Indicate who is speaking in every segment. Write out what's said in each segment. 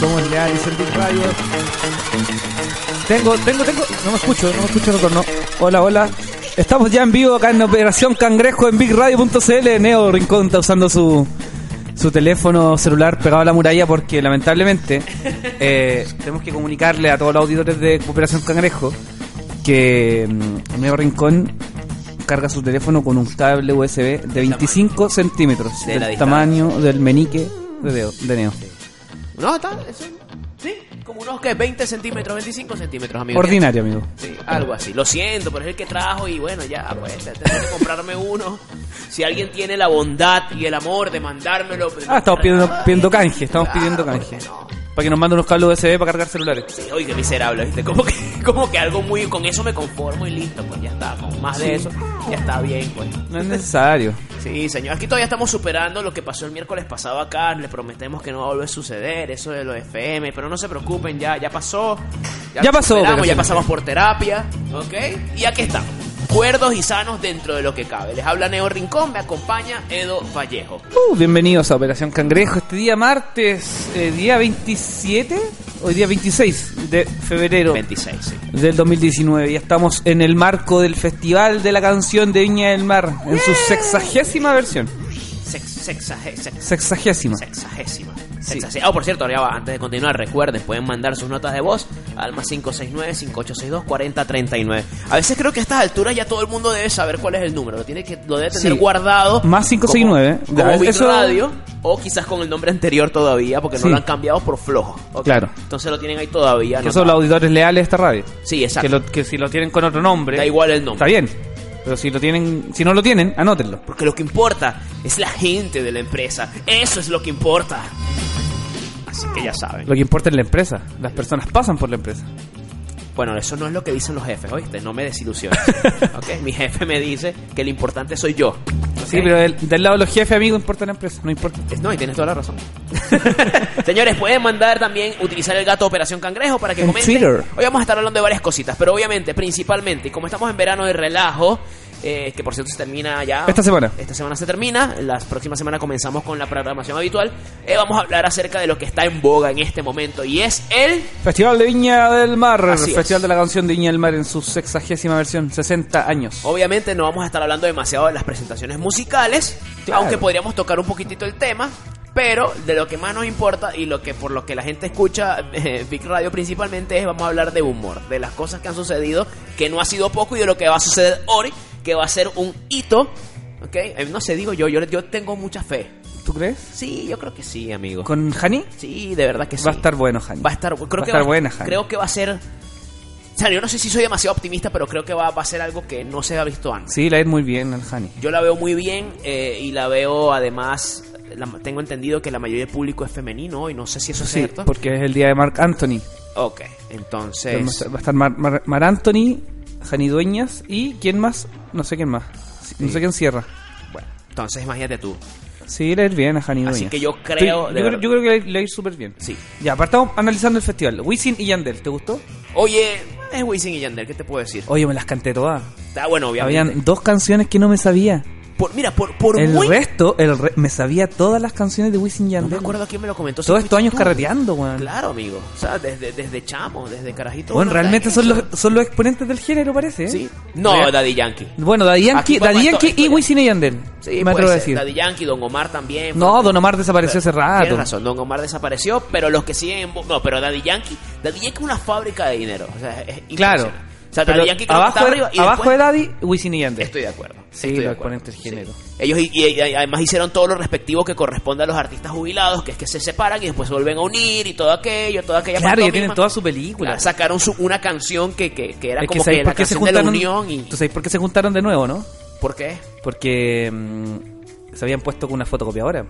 Speaker 1: Somos leales el Big Radio. Tengo, tengo, tengo. No me escucho, no me escucho, no, no. Hola, hola. Estamos ya en vivo acá en Operación Cangrejo en BigRadio.cl. Neo Rincón está usando su, su teléfono celular pegado a la muralla porque lamentablemente eh, tenemos que comunicarle a todos los auditores de Operación Cangrejo que mm, Neo Rincón carga su teléfono con un cable USB de 25 centímetros
Speaker 2: De la
Speaker 1: del
Speaker 2: distancia.
Speaker 1: tamaño del menique de, Deo- de Neo.
Speaker 2: No, está. Eso, sí, como unos que 20 centímetros, 25 centímetros, amigo.
Speaker 1: Ordinario, amigo.
Speaker 2: Sí, algo así. Lo siento, pero es el que trajo y bueno, ya, pues, tendré que comprarme uno. Si alguien tiene la bondad y el amor de mandármelo. pues,
Speaker 1: Ah, estamos pidiendo,
Speaker 2: ay,
Speaker 1: pidiendo canje, estamos
Speaker 2: claro,
Speaker 1: pidiendo
Speaker 2: ¿por
Speaker 1: canje.
Speaker 2: qué no?
Speaker 1: Para que nos manden unos cables USB para cargar celulares.
Speaker 2: Sí, oye, qué miserable, ¿viste? Como que, como que algo muy. Con eso me conformo y listo, pues ya está. Con más de eso, ya está bien, pues.
Speaker 1: No es necesario.
Speaker 2: Sí, señor. Aquí todavía estamos superando lo que pasó el miércoles pasado acá. Le prometemos que no va a volver a suceder eso de los FM. Pero no se preocupen, ya, ya pasó.
Speaker 1: Ya
Speaker 2: lo
Speaker 1: pasó,
Speaker 2: superamos,
Speaker 1: pero
Speaker 2: Ya
Speaker 1: sí.
Speaker 2: pasamos por terapia. ¿Ok? Y aquí estamos. Cuerdos y sanos dentro de lo que cabe. Les habla Neo Rincón, me acompaña Edo Vallejo.
Speaker 1: Uh, bienvenidos a Operación Cangrejo. Este día martes, eh, día 27, hoy día 26 de febrero
Speaker 2: 26, sí.
Speaker 1: del 2019. Ya estamos en el marco del Festival de la Canción de Viña del Mar, en su sexagésima versión.
Speaker 2: Sex, sexaje- sex-
Speaker 1: Sexagésima.
Speaker 2: Sexagésima.
Speaker 1: Sí.
Speaker 2: Sexagé- Ah, por cierto, ya va, antes de continuar, recuerden, pueden mandar sus notas de voz al más 569-5862-4039. A veces creo que a estas alturas ya todo el mundo debe saber cuál es el número. Lo, tiene que, lo debe tener
Speaker 1: Sí.
Speaker 2: guardado.
Speaker 1: Más 569,
Speaker 2: Como,
Speaker 1: ya,
Speaker 2: como Big
Speaker 1: eso-
Speaker 2: Radio. O quizás con el nombre anterior todavía, porque
Speaker 1: Sí.
Speaker 2: no lo han cambiado por flojo. ¿ok?
Speaker 1: Claro.
Speaker 2: Entonces lo tienen ahí todavía.
Speaker 1: Que
Speaker 2: anotado.
Speaker 1: son los auditores leales de esta radio.
Speaker 2: Sí,
Speaker 1: Que,
Speaker 2: exacto.
Speaker 1: lo- que si lo tienen con otro nombre.
Speaker 2: Da igual el nombre.
Speaker 1: Está bien. Pero si lo tienen, si no lo tienen, anótenlo.
Speaker 2: Porque lo que importa es la gente de la empresa. Eso es lo que importa. Así que ya saben.
Speaker 1: Lo que importa es la empresa. Las personas pasan por la empresa.
Speaker 2: Bueno, eso no es lo que dicen los jefes, ¿oíste? No me desilusiones. ¿ok? Mi jefe me dice que lo importante soy yo. ¿ok?
Speaker 1: Sí, pero del, del lado de los jefes, amigo, importa la empresa. No importa.
Speaker 2: Es- No, y tienes toda la razón. Señores, pueden mandar también utilizar el gato Operación Cangrejo para que
Speaker 1: En
Speaker 2: comenten.
Speaker 1: Twitter.
Speaker 2: Hoy vamos a estar hablando de varias cositas, pero obviamente, principalmente, como estamos en verano de relajo, eh, que por cierto se termina ya.
Speaker 1: Esta semana.
Speaker 2: Esta semana se termina, la próxima semana comenzamos con la programación habitual. eh, vamos a hablar acerca de lo que está en boga en este momento y es el.
Speaker 1: Festival de Viña del Mar.
Speaker 2: Así es.
Speaker 1: Festival de la canción de Viña del Mar en su sexagésima versión. 60 años.
Speaker 2: Obviamente no vamos a estar hablando demasiado de las presentaciones musicales,
Speaker 1: Claro.
Speaker 2: aunque podríamos tocar un poquitito el tema, pero de lo que más nos importa y lo que por lo que la gente escucha eh, Big Radio principalmente es vamos a hablar de humor, de las cosas que han sucedido, que no ha sido poco y de lo que va a suceder hoy, que va a ser un hito, ¿ok? Eh, No sé, digo yo, yo, yo tengo mucha fe.
Speaker 1: ¿Tú crees?
Speaker 2: Sí, yo creo que sí, amigo.
Speaker 1: ¿Con Hani?
Speaker 2: Sí, de verdad que sí.
Speaker 1: Va a estar bueno, Hani.
Speaker 2: Va a estar, creo
Speaker 1: Va a
Speaker 2: que
Speaker 1: estar
Speaker 2: va,
Speaker 1: buena, Jani.
Speaker 2: Creo que va a ser. O sea, yo no sé si soy demasiado optimista, pero creo que va, va a ser algo que no se ha visto antes.
Speaker 1: Sí, la ir muy bien al Hani.
Speaker 2: Yo la veo muy bien eh, y la veo además. la- tengo entendido que la mayoría del público es femenino y no sé si eso es
Speaker 1: Sí,
Speaker 2: cierto.
Speaker 1: porque es el día de Mark Anthony.
Speaker 2: Ok,
Speaker 1: Va a
Speaker 2: entonces.
Speaker 1: estar- Va a estar Mar, Mar- Mar Anthony, Hani Dueñas y ¿quién más? No sé quién más. Sí, No sé quién cierra.
Speaker 2: Bueno, entonces imagínate tú.
Speaker 1: Sí, le va a ir bien a Hani Dueñas.
Speaker 2: Así que yo creo,
Speaker 1: Estoy-
Speaker 2: de
Speaker 1: yo, creo
Speaker 2: verdad.
Speaker 1: yo creo que le va a ir- le va a ir súper bien.
Speaker 2: Sí.
Speaker 1: Ya, partamos analizando el festival. Wisin y Yandel, ¿te gustó?
Speaker 2: Oye, es Wisin y Yandel, ¿qué te puedo decir?
Speaker 1: Oye, me las canté todas.
Speaker 2: Está bueno, obviamente.
Speaker 1: Habían dos canciones que no me sabía.
Speaker 2: Por, mira, por, por
Speaker 1: el
Speaker 2: muy.
Speaker 1: resto, el re- me sabía todas las canciones de Wisin y
Speaker 2: No
Speaker 1: Yandel.
Speaker 2: me acuerdo quién me lo comentó. si
Speaker 1: Todos estos
Speaker 2: fuiste
Speaker 1: años
Speaker 2: tú.
Speaker 1: carreteando, weón.
Speaker 2: Claro, amigo. O sea, desde, desde chamo, desde carajito.
Speaker 1: Bueno,
Speaker 2: uno está
Speaker 1: realmente
Speaker 2: en
Speaker 1: son
Speaker 2: eso.
Speaker 1: los, son los exponentes del género, parece. ¿eh?
Speaker 2: Sí. No,
Speaker 1: Real.
Speaker 2: Daddy Yankee.
Speaker 1: Bueno, Daddy Yankee,
Speaker 2: Aquí, bueno,
Speaker 1: Daddy
Speaker 2: esto-
Speaker 1: Yankee
Speaker 2: esto
Speaker 1: y
Speaker 2: ya.
Speaker 1: Wisin y Yandel.
Speaker 2: Sí,
Speaker 1: me
Speaker 2: puede
Speaker 1: atrevo a
Speaker 2: ser.
Speaker 1: decir.
Speaker 2: Daddy Yankee, Don Omar también.
Speaker 1: No, Don Omar desapareció hace rato.
Speaker 2: Tienes razón, Don Omar desapareció, pero los que siguen. en bo- No, pero Daddy Yankee. Daddy Yankee es una fábrica de dinero. O sea, es
Speaker 1: Claro.
Speaker 2: impresionante. O sea,
Speaker 1: Pero
Speaker 2: Daddy Yankee creo que
Speaker 1: abajo,
Speaker 2: está
Speaker 1: de-
Speaker 2: arriba. Y
Speaker 1: abajo
Speaker 2: después-
Speaker 1: de Daddy, Wisin y Yandel.
Speaker 2: Estoy de acuerdo.
Speaker 1: Sí,
Speaker 2: estoy de
Speaker 1: los
Speaker 2: acuerdo.
Speaker 1: exponentes género.
Speaker 2: Ellos y, y- y además hicieron todo lo respectivo que corresponde a los artistas jubilados, que es que se separan y después se vuelven a unir y todo aquello, toda aquella
Speaker 1: Claro, ya
Speaker 2: pantomima.
Speaker 1: tienen toda su película.
Speaker 2: Claro, sacaron su- una canción que, que, que era
Speaker 1: Es que
Speaker 2: como que,
Speaker 1: ¿sabéis
Speaker 2: la
Speaker 1: por qué se
Speaker 2: canción de la
Speaker 1: juntaron?
Speaker 2: unión y...
Speaker 1: ¿Tú sabes por qué se juntaron de nuevo, no?
Speaker 2: ¿Por qué?
Speaker 1: Porque mm, se habían puesto con una fotocopiadora.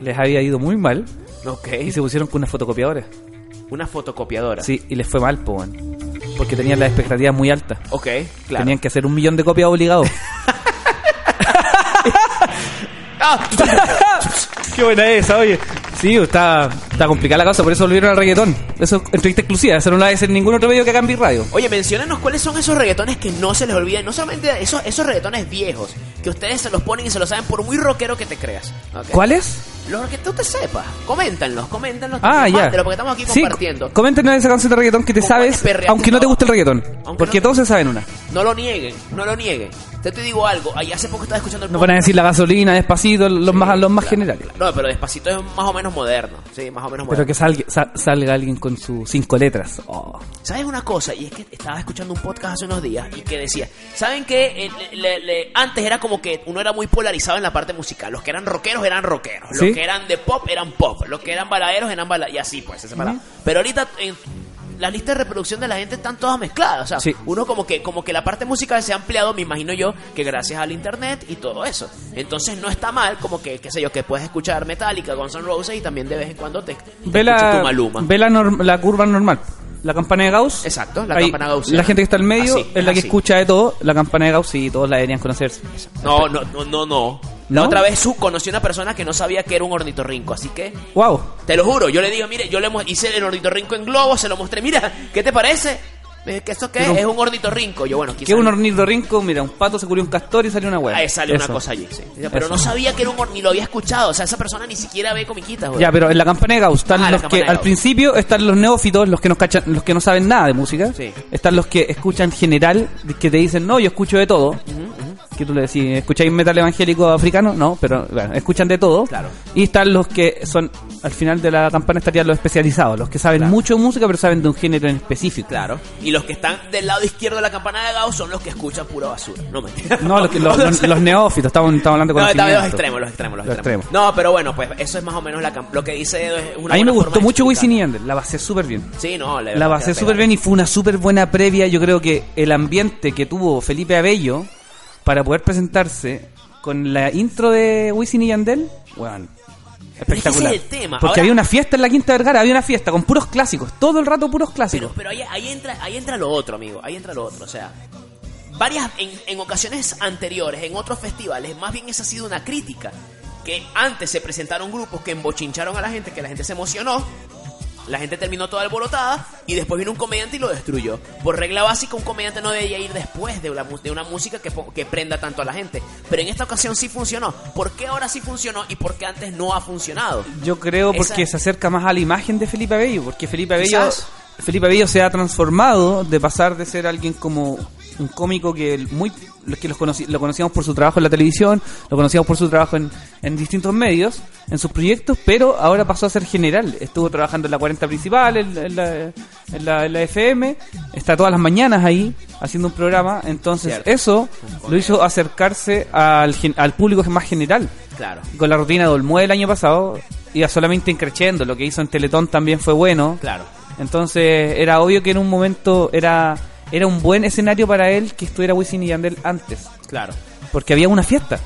Speaker 1: Les había ido muy mal
Speaker 2: Ok.
Speaker 1: y se pusieron con una fotocopiadora.
Speaker 2: Una fotocopiadora.
Speaker 1: Sí, y les fue mal, po, weón. Porque tenían las expectativas muy altas.
Speaker 2: Ok, claro.
Speaker 1: Tenían que hacer un millón de copias obligados.
Speaker 2: Ah,
Speaker 1: Qué buena esa, oye. Sí, está, está complicada la cosa, por eso volvieron al reggaetón. Eso es entrevista exclusiva, eso no la ves en ningún otro medio que acá en Big Radio.
Speaker 2: Oye, mencionanos cuáles son esos reggaetones que no se les olvida. Y No solamente esos, esos reggaetones viejos, que ustedes se los ponen y se los saben por muy rockero que te creas. Ok.
Speaker 1: ¿Cuáles?
Speaker 2: Los que tú te sepas, coméntanos, coméntanos.
Speaker 1: Ah,
Speaker 2: también,
Speaker 1: ya.
Speaker 2: mándalo, porque estamos aquí
Speaker 1: Sí,
Speaker 2: compartiendo.
Speaker 1: coméntenos esa canción de reggaetón que te
Speaker 2: Como
Speaker 1: sabes,
Speaker 2: perreando
Speaker 1: aunque no te
Speaker 2: todo.
Speaker 1: guste el reggaetón.
Speaker 2: no
Speaker 1: Porque
Speaker 2: te-
Speaker 1: todos se saben una.
Speaker 2: No lo nieguen, no lo nieguen. Te te digo algo, ahí hace poco estaba escuchando el
Speaker 1: No van a decir la gasolina, despacito, los más, los más generales.
Speaker 2: No, pero Despacito es más o menos moderno. Sí, más o menos
Speaker 1: Pero
Speaker 2: moderno.
Speaker 1: que salga, sa- salga alguien con sus cinco letras. Oh.
Speaker 2: ¿Sabes una cosa? Y es que estaba escuchando un podcast hace unos días y que decía, ¿saben qué? Eh, le- le- le- antes era como que uno era muy polarizado en la parte musical. Los que eran rockeros eran rockeros.
Speaker 1: Sí.
Speaker 2: Los que eran de pop eran pop. Los que eran baladeros eran baladeros. Y así, pues, se separaba. Pero ahorita... En, las listas de reproducción de la gente están todas mezcladas, o sea,
Speaker 1: Sí.
Speaker 2: uno como que como que la parte musical se ha ampliado, me imagino yo, que gracias al internet y todo eso. Entonces no está mal como que qué sé yo, que puedes escuchar Metallica, Guns N' Roses y también de vez en cuando te, te
Speaker 1: Ve
Speaker 2: escuchas
Speaker 1: la,
Speaker 2: tu Maluma.
Speaker 1: ve la, norm- la curva normal. La campana de Gauss.
Speaker 2: Exacto, la
Speaker 1: Ahí,
Speaker 2: campana Gauss.
Speaker 1: La gente que está al medio
Speaker 2: Así,
Speaker 1: es la que
Speaker 2: así.
Speaker 1: escucha de todo. La campana de Gauss y todos la deberían conocerse.
Speaker 2: No, no, no, no, no.
Speaker 1: ¿No?
Speaker 2: La otra vez su, conocí a una persona que no sabía que era un ornitorrinco, así que
Speaker 1: ¡Wow!
Speaker 2: te lo juro, yo le digo, mire, yo le mu- hice el ornitorrinco en globo, se lo mostré, mira, ¿qué te parece? Me dice, ¿Qué esto qué es?
Speaker 1: Pero-
Speaker 2: Es un ornitorrinco. Yo, bueno, quizás
Speaker 1: Que un ornitorrinco, mira, un pato se cubrió un castor y salió una hueá.
Speaker 2: Ahí sale
Speaker 1: Eso.
Speaker 2: una cosa allí, sí. Dice, Pero
Speaker 1: Eso.
Speaker 2: no sabía que era un ornitorrinco, ni lo había escuchado, o sea, esa persona ni siquiera ve comiquitas, güey.
Speaker 1: Ya, pero en la campana de Gauss están
Speaker 2: Ah, la
Speaker 1: los
Speaker 2: campana
Speaker 1: que
Speaker 2: de
Speaker 1: al
Speaker 2: Gauss.
Speaker 1: principio están los neófitos, los que no cachan, los que no saben nada de música.
Speaker 2: Sí.
Speaker 1: Están los que escuchan general, que te dicen, "No, yo escucho de todo." Que tú le decís, ¿escucháis metal evangélico africano? No, pero bueno, escuchan de todo.
Speaker 2: Claro.
Speaker 1: Y están los que son al final de la campana estarían los especializados, los que saben
Speaker 2: Claro.
Speaker 1: mucho de música pero saben de un género en específico.
Speaker 2: Claro. Y los que están del lado izquierdo de la campana de Gauss son los que escuchan pura basura. No me
Speaker 1: No, los, que- los- los- los neófitos, estamos, estamos hablando de
Speaker 2: No, está bien,
Speaker 1: conocimiento.
Speaker 2: los extremos, los extremos, los,
Speaker 1: Los
Speaker 2: extremos. No, pero bueno, pues eso es más o menos la cam- lo que dice Edo es una
Speaker 1: A mí me
Speaker 2: buena forma
Speaker 1: gustó
Speaker 2: de
Speaker 1: mucho Wisin
Speaker 2: explicar.
Speaker 1: y Yandel, la basé súper bien.
Speaker 2: Sí, no, la,
Speaker 1: La pasé súper bien y fue una súper buena previa. Yo creo que el ambiente que tuvo Felipe Abello para poder presentarse con la intro de Wisin y Yandel, weón, espectacular.
Speaker 2: Ese es el tema.
Speaker 1: Porque
Speaker 2: Ahora-
Speaker 1: había una fiesta en la Quinta Vergara, había una fiesta con puros clásicos, todo el rato puros clásicos.
Speaker 2: Pero, pero ahí, ahí entra, ahí entra lo otro, amigo. Ahí entra lo otro. O sea, varias, en, en ocasiones anteriores, en otros festivales, más bien esa ha sido una crítica. Que antes se presentaron grupos que embochincharon a la gente, que la gente se emocionó. La gente terminó toda alborotada y después vino un comediante y lo destruyó. Por regla básica, un comediante no debería ir después de una, mu- de una música que, po- que prenda tanto a la gente. Pero en esta ocasión sí funcionó. ¿Por qué ahora sí funcionó y por qué antes no ha funcionado?
Speaker 1: Yo creo
Speaker 2: Esa-
Speaker 1: porque se acerca más a la imagen de Felipe Abello, porque Felipe Abello,
Speaker 2: Quizás.
Speaker 1: Felipe Abello se ha transformado de pasar de ser alguien como un cómico que el- muy los que los conoci- lo conocíamos por su trabajo en la televisión, lo conocíamos por su trabajo en, en distintos medios, en sus proyectos, pero ahora pasó a ser general. Estuvo trabajando en la 40 principal, en, en la, en la- en la FM, está todas las mañanas ahí haciendo un programa, entonces
Speaker 2: Cierto.
Speaker 1: eso lo hizo acercarse al, gen- al público más general
Speaker 2: Claro.
Speaker 1: con la rutina de Olmué el año pasado iba solamente en creciendo. Lo que hizo en Teletón también fue bueno.
Speaker 2: Claro.
Speaker 1: Entonces era obvio que en un momento era era un buen escenario para él que estuviera Wisin y Yandel antes,
Speaker 2: Claro.
Speaker 1: porque había una fiesta.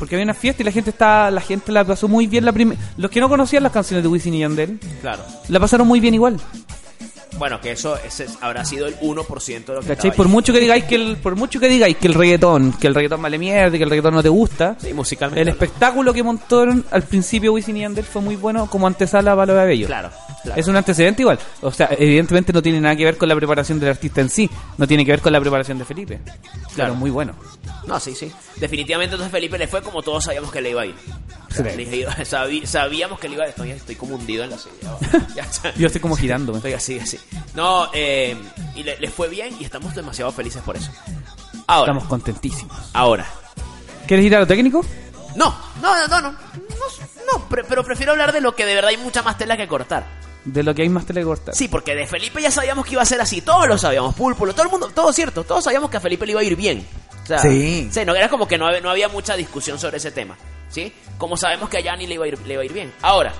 Speaker 1: Porque había una fiesta y la gente estaba, la gente la pasó muy bien la primera. Los que no conocían las canciones de Wisin y Yandel
Speaker 2: Claro.
Speaker 1: la pasaron muy bien igual.
Speaker 2: Bueno, que eso ese es- habrá sido el 1% de lo que
Speaker 1: ¿Cachai?
Speaker 2: estaba
Speaker 1: Por
Speaker 2: ahí.
Speaker 1: mucho que digáis que el, por mucho que digáis que el reggaetón, que el reggaetón vale mierda, y que el reggaetón no te gusta,
Speaker 2: Sí, musicalmente.
Speaker 1: el
Speaker 2: hablando.
Speaker 1: espectáculo que montaron al principio Wisin y Yandel fue muy bueno como antesala para lo de Bello.
Speaker 2: Claro, claro.
Speaker 1: Es un antecedente igual. O sea, evidentemente no tiene nada que ver con la preparación del artista en sí. No tiene que ver con la preparación de Felipe. Claro,
Speaker 2: Claro.
Speaker 1: muy bueno.
Speaker 2: No, sí, sí. Definitivamente entonces Felipe le fue como todos sabíamos que le iba a ir. O sea,
Speaker 1: Sí.
Speaker 2: le iba- sabi- sabíamos que le iba a ir. Estoy, estoy como hundido en la silla. ahora. Ya, ya.
Speaker 1: Yo estoy como girándome.
Speaker 2: Estoy así, así. No, eh, y le, le fue bien y estamos demasiado felices por eso. Ahora,
Speaker 1: Estamos contentísimos.
Speaker 2: ahora.
Speaker 1: ¿Quieres ir a lo técnico?
Speaker 2: No, no, no, no. No, no, no, pre- pero prefiero hablar de lo que de verdad hay mucha más tela que cortar.
Speaker 1: De lo que hay más tele que cortar.
Speaker 2: Sí, porque de Felipe ya sabíamos que iba a ser así. Todos lo sabíamos. Púlpulo, todo el mundo, todo cierto. Todos sabíamos que a Felipe le iba a ir bien. O sea,
Speaker 1: Sí.
Speaker 2: no, era como que no, hab- no había mucha discusión sobre ese tema. ¿Sí? Como sabemos que a Yanni le iba a ir, le iba a ir bien. Ahora,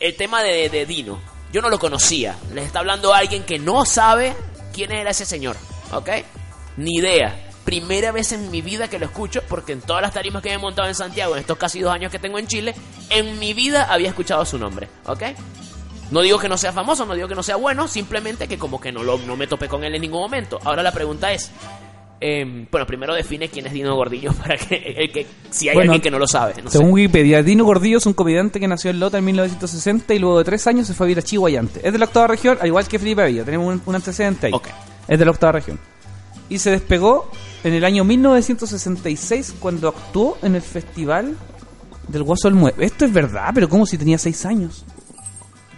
Speaker 2: el tema de, de Dino. Yo no lo conocía. Les está hablando alguien que no sabe quién era ese señor. ¿Ok? Ni idea. Primera vez en mi vida que lo escucho, porque en todas las tarimas que me he montado en Santiago, en estos casi dos años que tengo en Chile, en mi vida había escuchado su nombre. ¿Ok? No digo que no sea famoso, no digo que no sea bueno, simplemente que como que no, lo, no me topé con él en ningún momento. Ahora la pregunta es, eh, bueno, primero define quién es Dino Gordillo para que, el que si hay
Speaker 1: Bueno,
Speaker 2: alguien que no lo sabe. no sé.
Speaker 1: Según Wikipedia, Dino Gordillo es un comediante que nació en Lota en 1960 y luego de tres años se fue a vivir a Chihuayante. Es de la octava región, al igual que Felipe Abello. Tenemos un, un antecedente ahí.
Speaker 2: Ok.
Speaker 1: Es de la octava región. Y se despegó en el año 1966 cuando actuó en el festival Del Guaso al Mueve. Esto es verdad, pero como si tenía 6 años.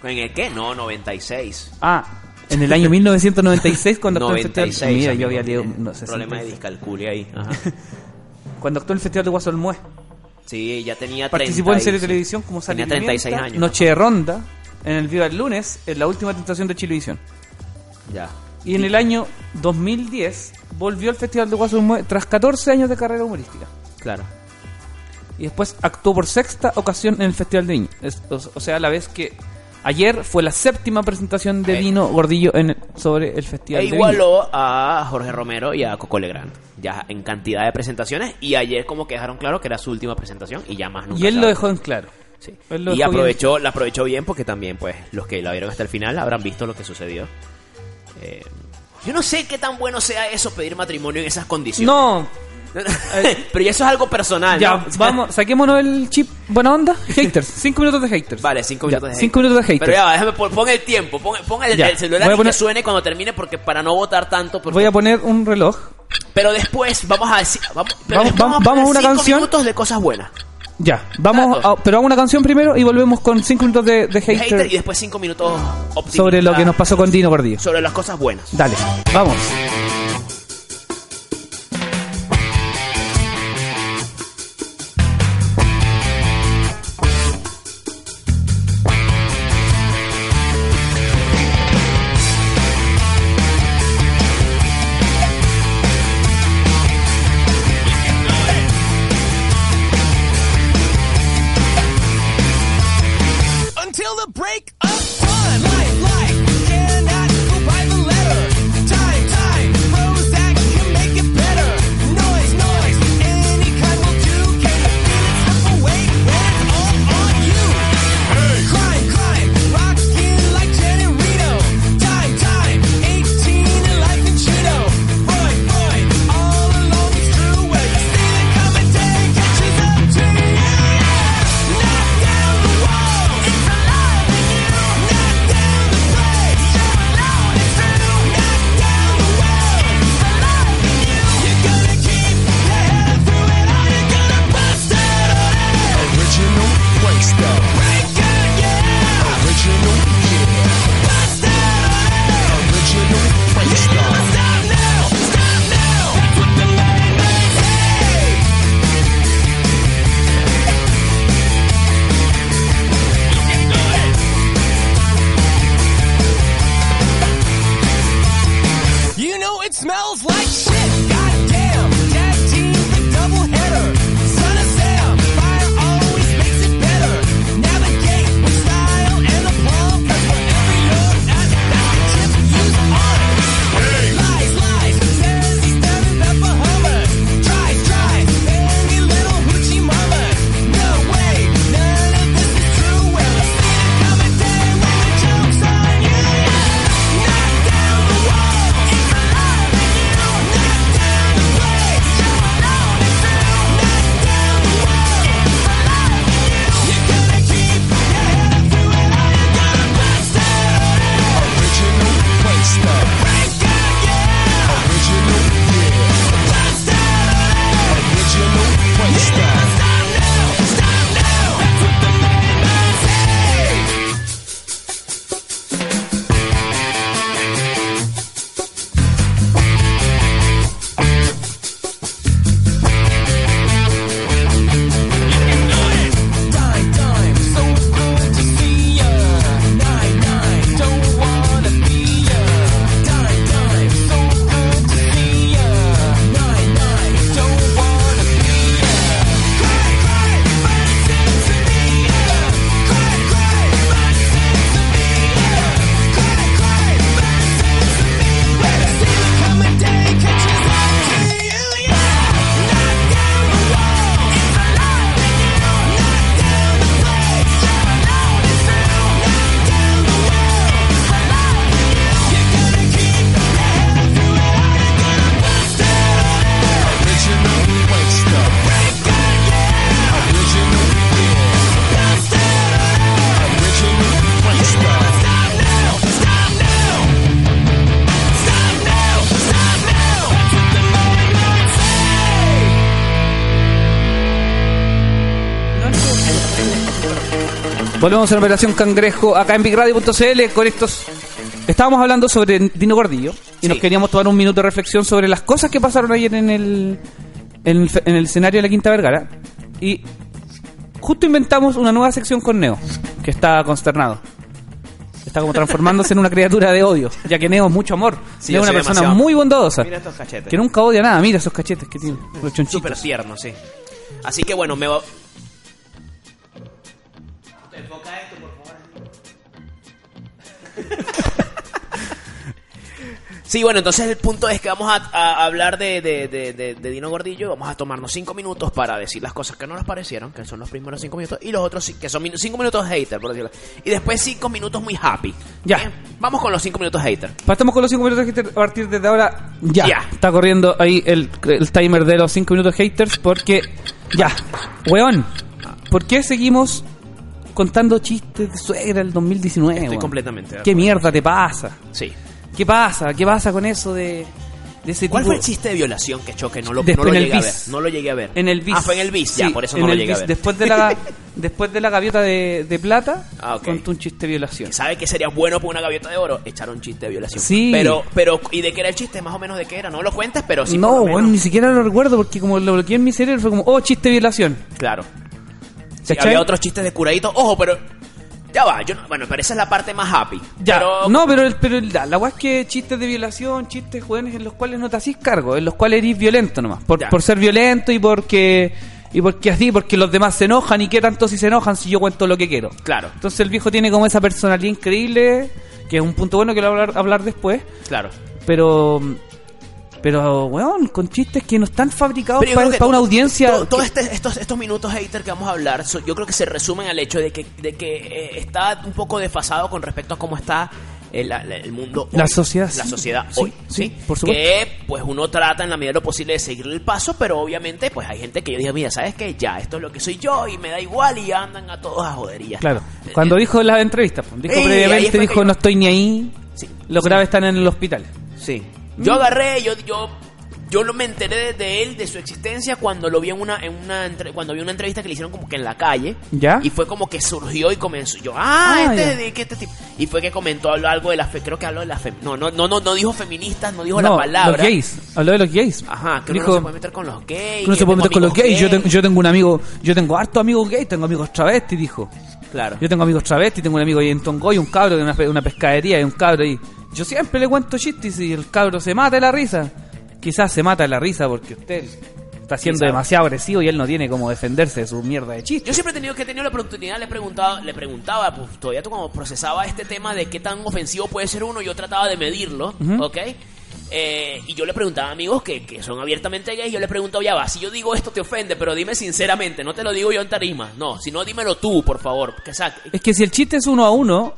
Speaker 2: ¿En el qué? No, 96.
Speaker 1: Ah, en el año 1996 cuando actuó el festival.
Speaker 2: 96.
Speaker 1: Mira,
Speaker 2: amigo,
Speaker 1: yo había leído
Speaker 2: tiene
Speaker 1: no, 60.
Speaker 2: Problema de discalculia ahí. Ajá.
Speaker 1: Cuando actuó el festival de Guaso al Mueve.
Speaker 2: Sí, ya tenía
Speaker 1: Participó
Speaker 2: 30
Speaker 1: en serie
Speaker 2: y-
Speaker 1: de televisión como
Speaker 2: Tenía
Speaker 1: Salimienta,
Speaker 2: 36 años.
Speaker 1: Noche de Ronda, en el Viva el Lunes, en la última tentación de Chilevisión.
Speaker 2: Ya.
Speaker 1: Y en el año 2010 volvió al Festival de Guaso Mue- tras 14 años de carrera humorística.
Speaker 2: Claro.
Speaker 1: Y después actuó por sexta ocasión en el Festival de Viña. Es- o, o sea, a la vez que ayer fue la séptima presentación de
Speaker 2: Eh.
Speaker 1: Vino Gordillo en el- sobre el Festival
Speaker 2: E
Speaker 1: de Viña.
Speaker 2: igualó a Jorge Romero y a Coco Legrand. Ya en cantidad de presentaciones. Y ayer como que dejaron claro que era su última presentación y ya más nunca.
Speaker 1: Y él
Speaker 2: se
Speaker 1: lo
Speaker 2: habló.
Speaker 1: dejó en claro.
Speaker 2: Sí.
Speaker 1: Él lo
Speaker 2: y
Speaker 1: dejó bien.
Speaker 2: aprovechó, la aprovechó bien porque también, pues, los que la vieron hasta el final habrán visto lo que sucedió. Eh, yo no sé qué tan bueno sea eso pedir matrimonio en esas condiciones.
Speaker 1: No, eh,
Speaker 2: Pero ya eso es algo personal.
Speaker 1: ya,
Speaker 2: Ah, ¿no? O sea,
Speaker 1: vamos, saquémonos el chip. Buena onda, haters. Cinco minutos de haters.
Speaker 2: Vale, cinco
Speaker 1: Ya,
Speaker 2: minutos de haters.
Speaker 1: cinco minutos de haters.
Speaker 2: Pero ya, va, déjame, pon, pon el tiempo, pon, pon el,
Speaker 1: Ya.
Speaker 2: el celular
Speaker 1: Voy a
Speaker 2: y
Speaker 1: poner-
Speaker 2: que suene cuando termine porque para no votar tanto. porque-
Speaker 1: Voy a poner un reloj.
Speaker 2: Pero después vamos a decir, vamos, pero
Speaker 1: Vamos-
Speaker 2: después
Speaker 1: vamos-
Speaker 2: a poner
Speaker 1: vamos a una
Speaker 2: cinco
Speaker 1: canción.
Speaker 2: minutos de cosas buenas.
Speaker 1: Ya, vamos,
Speaker 2: Datos.
Speaker 1: a- pero a una canción primero y volvemos con cinco minutos de, de
Speaker 2: Hater,
Speaker 1: haters
Speaker 2: y después cinco minutos optimistas
Speaker 1: sobre lo que nos pasó con Dino Gordillo.
Speaker 2: sobre las cosas buenas.
Speaker 1: Dale, vamos.
Speaker 3: until the break of dawn. Life, life cannot go by the letter. Time, time, Prozac can make it better. Noise, noise, any kind will do. Can you feel it? Half awake when it's all on you. Crime, crime, rocking like Jen and Reno. Time, time, 18 and like Chino. Roy, Roy, all alone it's true. Well, you see the coming day catches up to you. Knock down the wall. It's alive in you.
Speaker 1: Volvemos en Operación Cangrejo acá en BigRadio.cl con estos. Estábamos hablando sobre Dino Gordillo y
Speaker 2: Sí.
Speaker 1: nos queríamos tomar un minuto de reflexión sobre las cosas que pasaron ayer en el, en el, fe- en el escenario de la Quinta Vergara. Y justo inventamos una nueva sección con Neo, que está consternado. Está como transformándose en una criatura de odio, ya que Neo es mucho amor.
Speaker 2: Sí,
Speaker 1: Neo
Speaker 2: yo
Speaker 1: es una
Speaker 2: soy
Speaker 1: persona
Speaker 2: demasiado-
Speaker 1: muy bondadosa,
Speaker 2: Mira estos cachetes.
Speaker 1: que nunca odia nada. Mira esos cachetes que tiene, los chonchitos.
Speaker 2: Súper tierno, sí. Así que bueno, me va... Sí, bueno, entonces el punto es que vamos a, a hablar de, de- de- de- de Dino Gordillo. Vamos a tomarnos cinco minutos para decir las cosas que no nos parecieron, que son los primeros cinco minutos, y los otros sí, que son minu- cinco minutos hater, por decirlo. Y después cinco minutos muy happy.
Speaker 1: Ya.
Speaker 2: Bien, Vamos con los cinco minutos hater.
Speaker 1: Partamos con los 5 minutos haters a partir de ahora. Ya.
Speaker 2: Ya.
Speaker 1: Está corriendo ahí el, el timer de los 5 minutos haters porque. Ya. Weón, ¿por qué seguimos contando chistes de suegra del 2019?
Speaker 2: Estoy
Speaker 1: weón?
Speaker 2: completamente de
Speaker 1: ¿Qué
Speaker 2: acuerdo.
Speaker 1: mierda te pasa?
Speaker 2: Sí.
Speaker 1: ¿Qué pasa? ¿Qué pasa con eso de, de ese
Speaker 2: ¿Cuál
Speaker 1: tipo?
Speaker 2: fue el chiste de violación que choque? No lo, no
Speaker 1: Después
Speaker 2: lo
Speaker 1: en el
Speaker 2: llegué a ver.
Speaker 1: bis.
Speaker 2: No lo llegué a ver.
Speaker 1: En el bis.
Speaker 2: Ah, fue en el bis. Ya,
Speaker 1: Sí,
Speaker 2: por eso
Speaker 1: en
Speaker 2: no lo
Speaker 1: el
Speaker 2: llegué a
Speaker 1: bis.
Speaker 2: ver.
Speaker 1: Después de la, después de la gaviota de, de plata,
Speaker 2: Ah, ok.
Speaker 1: contó un chiste de violación.
Speaker 2: Que sabe que sería bueno para una gaviota de oro echar un chiste de violación.
Speaker 1: Sí.
Speaker 2: Pero, pero, ¿y de qué era el chiste? Más o menos de qué era. No lo cuentes, pero sí. por
Speaker 1: no,
Speaker 2: lo
Speaker 1: bueno, ni
Speaker 2: menos.
Speaker 1: siquiera lo recuerdo porque como lo bloqueé en mi cerebro fue como, oh, chiste de violación.
Speaker 2: Claro. Sí,
Speaker 1: ¿Cachai?
Speaker 2: había otros chistes de curadito. Ojo, pero. Ya va. Yo, no- bueno, pero esa es la parte más happy.
Speaker 1: Ya,
Speaker 2: Pero,
Speaker 1: no, pero, el- pero el- la, la weá es que chistes de violación, chistes jóvenes en los cuales no te hacís cargo, en los cuales eres violento nomás, por,
Speaker 2: Ya.
Speaker 1: por ser violento y porque y porque así, porque los demás se enojan y qué tanto si se enojan si yo cuento lo que quiero.
Speaker 2: Claro.
Speaker 1: Entonces el viejo tiene como esa personalidad increíble, que es un punto bueno que lo voy a hablar, hablar después,
Speaker 2: Claro.
Speaker 1: pero pero weón, con chistes que no están fabricados
Speaker 2: Pero yo
Speaker 1: para,
Speaker 2: creo que
Speaker 1: para una
Speaker 2: todo-
Speaker 1: audiencia
Speaker 2: todo- todo
Speaker 1: que-
Speaker 2: este- estos, estos minutos hater que vamos a hablar, so- yo creo que se resumen al hecho de que, de que eh, está un poco desfasado con respecto a cómo está el, la- la- el mundo. hoy.
Speaker 1: La sociedad,
Speaker 2: La
Speaker 1: sí.
Speaker 2: sociedad
Speaker 1: Sí,
Speaker 2: hoy.
Speaker 1: sí,
Speaker 2: Sí,
Speaker 1: por supuesto.
Speaker 2: Que pues uno trata en la medida de lo posible de seguir el paso, pero obviamente pues hay gente que yo digo, mira, ¿sabes qué? Ya, esto es lo que soy yo y me da igual y andan a todos a joderías. Eh,
Speaker 1: Claro. Cuando dijo en las entrevistas, dijo
Speaker 2: Ey, eh, ahí
Speaker 1: previamente
Speaker 2: fue que
Speaker 1: dijo
Speaker 2: yo-
Speaker 1: no estoy ni ahí.
Speaker 2: Sí.
Speaker 1: Los graves están en el hospital.
Speaker 2: Sí.
Speaker 1: Mm.
Speaker 2: Yo agarré, yo, yo, yo lo- me enteré de, de él, de su existencia, cuando lo vi en una, en una entre- cuando vi una entrevista que le hicieron como que en la calle.
Speaker 1: ¿Ya?
Speaker 2: Y fue como que surgió y comenzó. Yo, ah,
Speaker 1: Ah,
Speaker 2: este,
Speaker 1: ya.
Speaker 2: de- que este tipo. Y fue que comentó habló algo de la fe, creo que habló de la fe. No, no, no, no, no dijo feministas, no dijo la palabra.
Speaker 1: Los gays. Habló de los gays.
Speaker 2: Ajá, que
Speaker 1: Dijo,
Speaker 2: uno no se puede meter con los gays.
Speaker 1: que uno se
Speaker 2: yo
Speaker 1: puede
Speaker 2: tengo
Speaker 1: meter con los
Speaker 2: amigos
Speaker 1: gays. Yo, tengo, yo tengo un amigo, yo tengo hartos amigos gays, tengo amigos travestis, dijo.
Speaker 2: Claro.
Speaker 1: Yo tengo amigos travestis, tengo un amigo ahí en Tongoy, un cabro de una, pe- una pescadería, y un cabro ahí. Yo siempre le cuento chistes y el cabro se mata de la risa. Quizás se mata de la risa porque usted está siendo
Speaker 2: Quizás.
Speaker 1: demasiado agresivo y él no tiene como defenderse de su mierda de chistes.
Speaker 2: Yo siempre he tenido que he tenido la oportunidad, le preguntaba, le preguntaba, pues todavía tú como procesaba este tema de qué tan ofensivo puede ser uno, yo trataba de medirlo,
Speaker 1: Ujú.
Speaker 2: ¿ok? Eh, y yo le preguntaba a amigos que, que son abiertamente gays, yo le preguntaba, ya va, si yo digo esto te ofende, pero dime sinceramente, no te lo digo yo en tarima, no, sino dímelo tú, por favor, que sa-
Speaker 1: Es que si el chiste es uno a uno,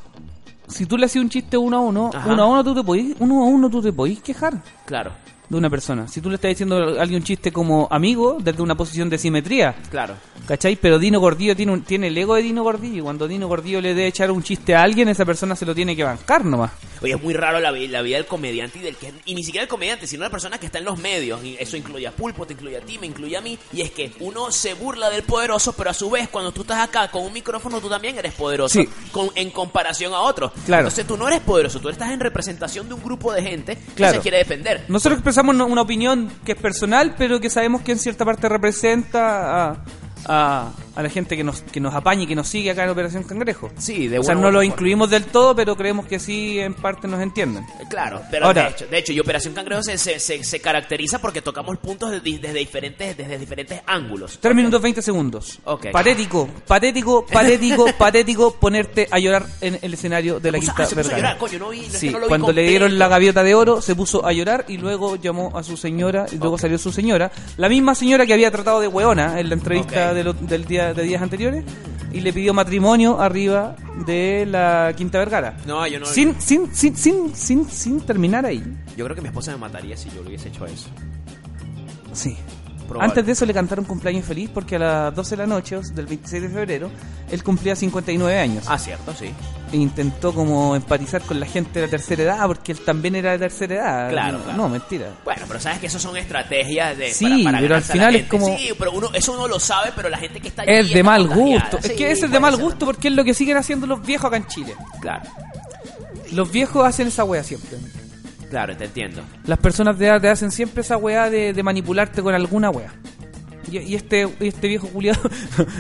Speaker 1: si tú le haces un chiste uno a uno,
Speaker 2: Ajá.
Speaker 1: uno a uno tú te podís, uno a uno tú te podís quejar.
Speaker 2: Claro,
Speaker 1: de una persona. Si tú le estás diciendo a alguien un chiste como amigo, desde una posición de simetría,
Speaker 2: claro.
Speaker 1: ¿cachai? Pero Dino Gordillo tiene, un- tiene el ego de Dino Gordillo. y Cuando Dino Gordillo le debe echar un chiste a alguien, esa persona se lo tiene que bancar nomás.
Speaker 2: Oye, es muy raro la, vi- la vida del comediante y del que y ni siquiera el comediante, sino la persona que está en los medios. Y eso incluye a Pulpo, te incluye a ti, me incluye a mí. Y es que uno se burla del poderoso, pero a su vez, cuando tú estás acá con un micrófono, tú también eres poderoso.
Speaker 1: Sí.
Speaker 2: Con, en comparación a otros.
Speaker 1: Claro.
Speaker 2: Entonces tú no eres poderoso, tú estás en representación de un grupo de gente que
Speaker 1: Claro.
Speaker 2: se quiere defender.
Speaker 1: Nosotros expresamos una- una opinión que es personal, pero que sabemos que en cierta parte representa a, a- a la gente que nos, que nos apaña y que nos sigue acá en Operación Cangrejo.
Speaker 2: Sí, de
Speaker 1: O sea,
Speaker 2: una u
Speaker 1: no lo
Speaker 2: otra forma.
Speaker 1: incluimos del todo, pero creemos que sí, en parte nos entienden.
Speaker 2: Claro, pero
Speaker 1: Ahora-
Speaker 2: de, hecho, de hecho, y Operación Cangrejo se, se, se- se caracteriza porque tocamos puntos de- desde, diferentes, desde diferentes ángulos.
Speaker 1: 3 minutos 20 segundos.
Speaker 2: Ok.
Speaker 1: Patético, patético, patético, patético ponerte a llorar en el escenario de la
Speaker 2: puso-
Speaker 1: quinta
Speaker 2: ah, se puso a
Speaker 1: Vergara.
Speaker 2: llorar, coño, no vi- no es que
Speaker 1: Sí,
Speaker 2: no lo vi
Speaker 1: cuando le
Speaker 2: completo.
Speaker 1: dieron la gaviota de oro, se puso a llorar y luego llamó a su señora y luego salió su señora, la misma señora que había tratado de hueona en la entrevista
Speaker 2: Ok.
Speaker 1: de lo- del día de días anteriores y le pidió matrimonio arriba de la quinta Vergara.
Speaker 2: No, yo no.
Speaker 1: Sin, sin, sin, sin, sin, sin terminar ahí.
Speaker 2: Yo creo que mi esposa me mataría si yo hubiese hecho eso.
Speaker 1: Sí.
Speaker 2: probable.
Speaker 1: Antes de eso le cantaron cumpleaños feliz porque a las 12 de la noche del 26 de febrero él cumplía 59 años.
Speaker 2: Ah, cierto, sí.
Speaker 1: E intentó como empatizar con la gente de la tercera edad porque él también era de tercera edad.
Speaker 2: Claro,
Speaker 1: no,
Speaker 2: claro.
Speaker 1: no, mentira.
Speaker 2: Bueno, pero sabes que eso son estrategias de
Speaker 1: Sí,
Speaker 2: para, para
Speaker 1: pero al
Speaker 2: ganarse a
Speaker 1: final
Speaker 2: la
Speaker 1: es
Speaker 2: gente.
Speaker 1: como-
Speaker 2: Sí, pero uno eso uno lo sabe, pero la gente que está allí
Speaker 1: Es de
Speaker 2: está
Speaker 1: mal
Speaker 2: contagiada.
Speaker 1: gusto.
Speaker 2: Sí,
Speaker 1: es que ese es
Speaker 2: puede
Speaker 1: de mal
Speaker 2: ser.
Speaker 1: gusto porque es lo que siguen haciendo los viejos acá en Chile.
Speaker 2: Claro.
Speaker 1: Los viejos hacen esa wea siempre.
Speaker 2: Claro, te entiendo.
Speaker 1: Las personas de edad te hacen siempre esa weá de, de manipularte con alguna weá. Y, y este, y este viejo culiado,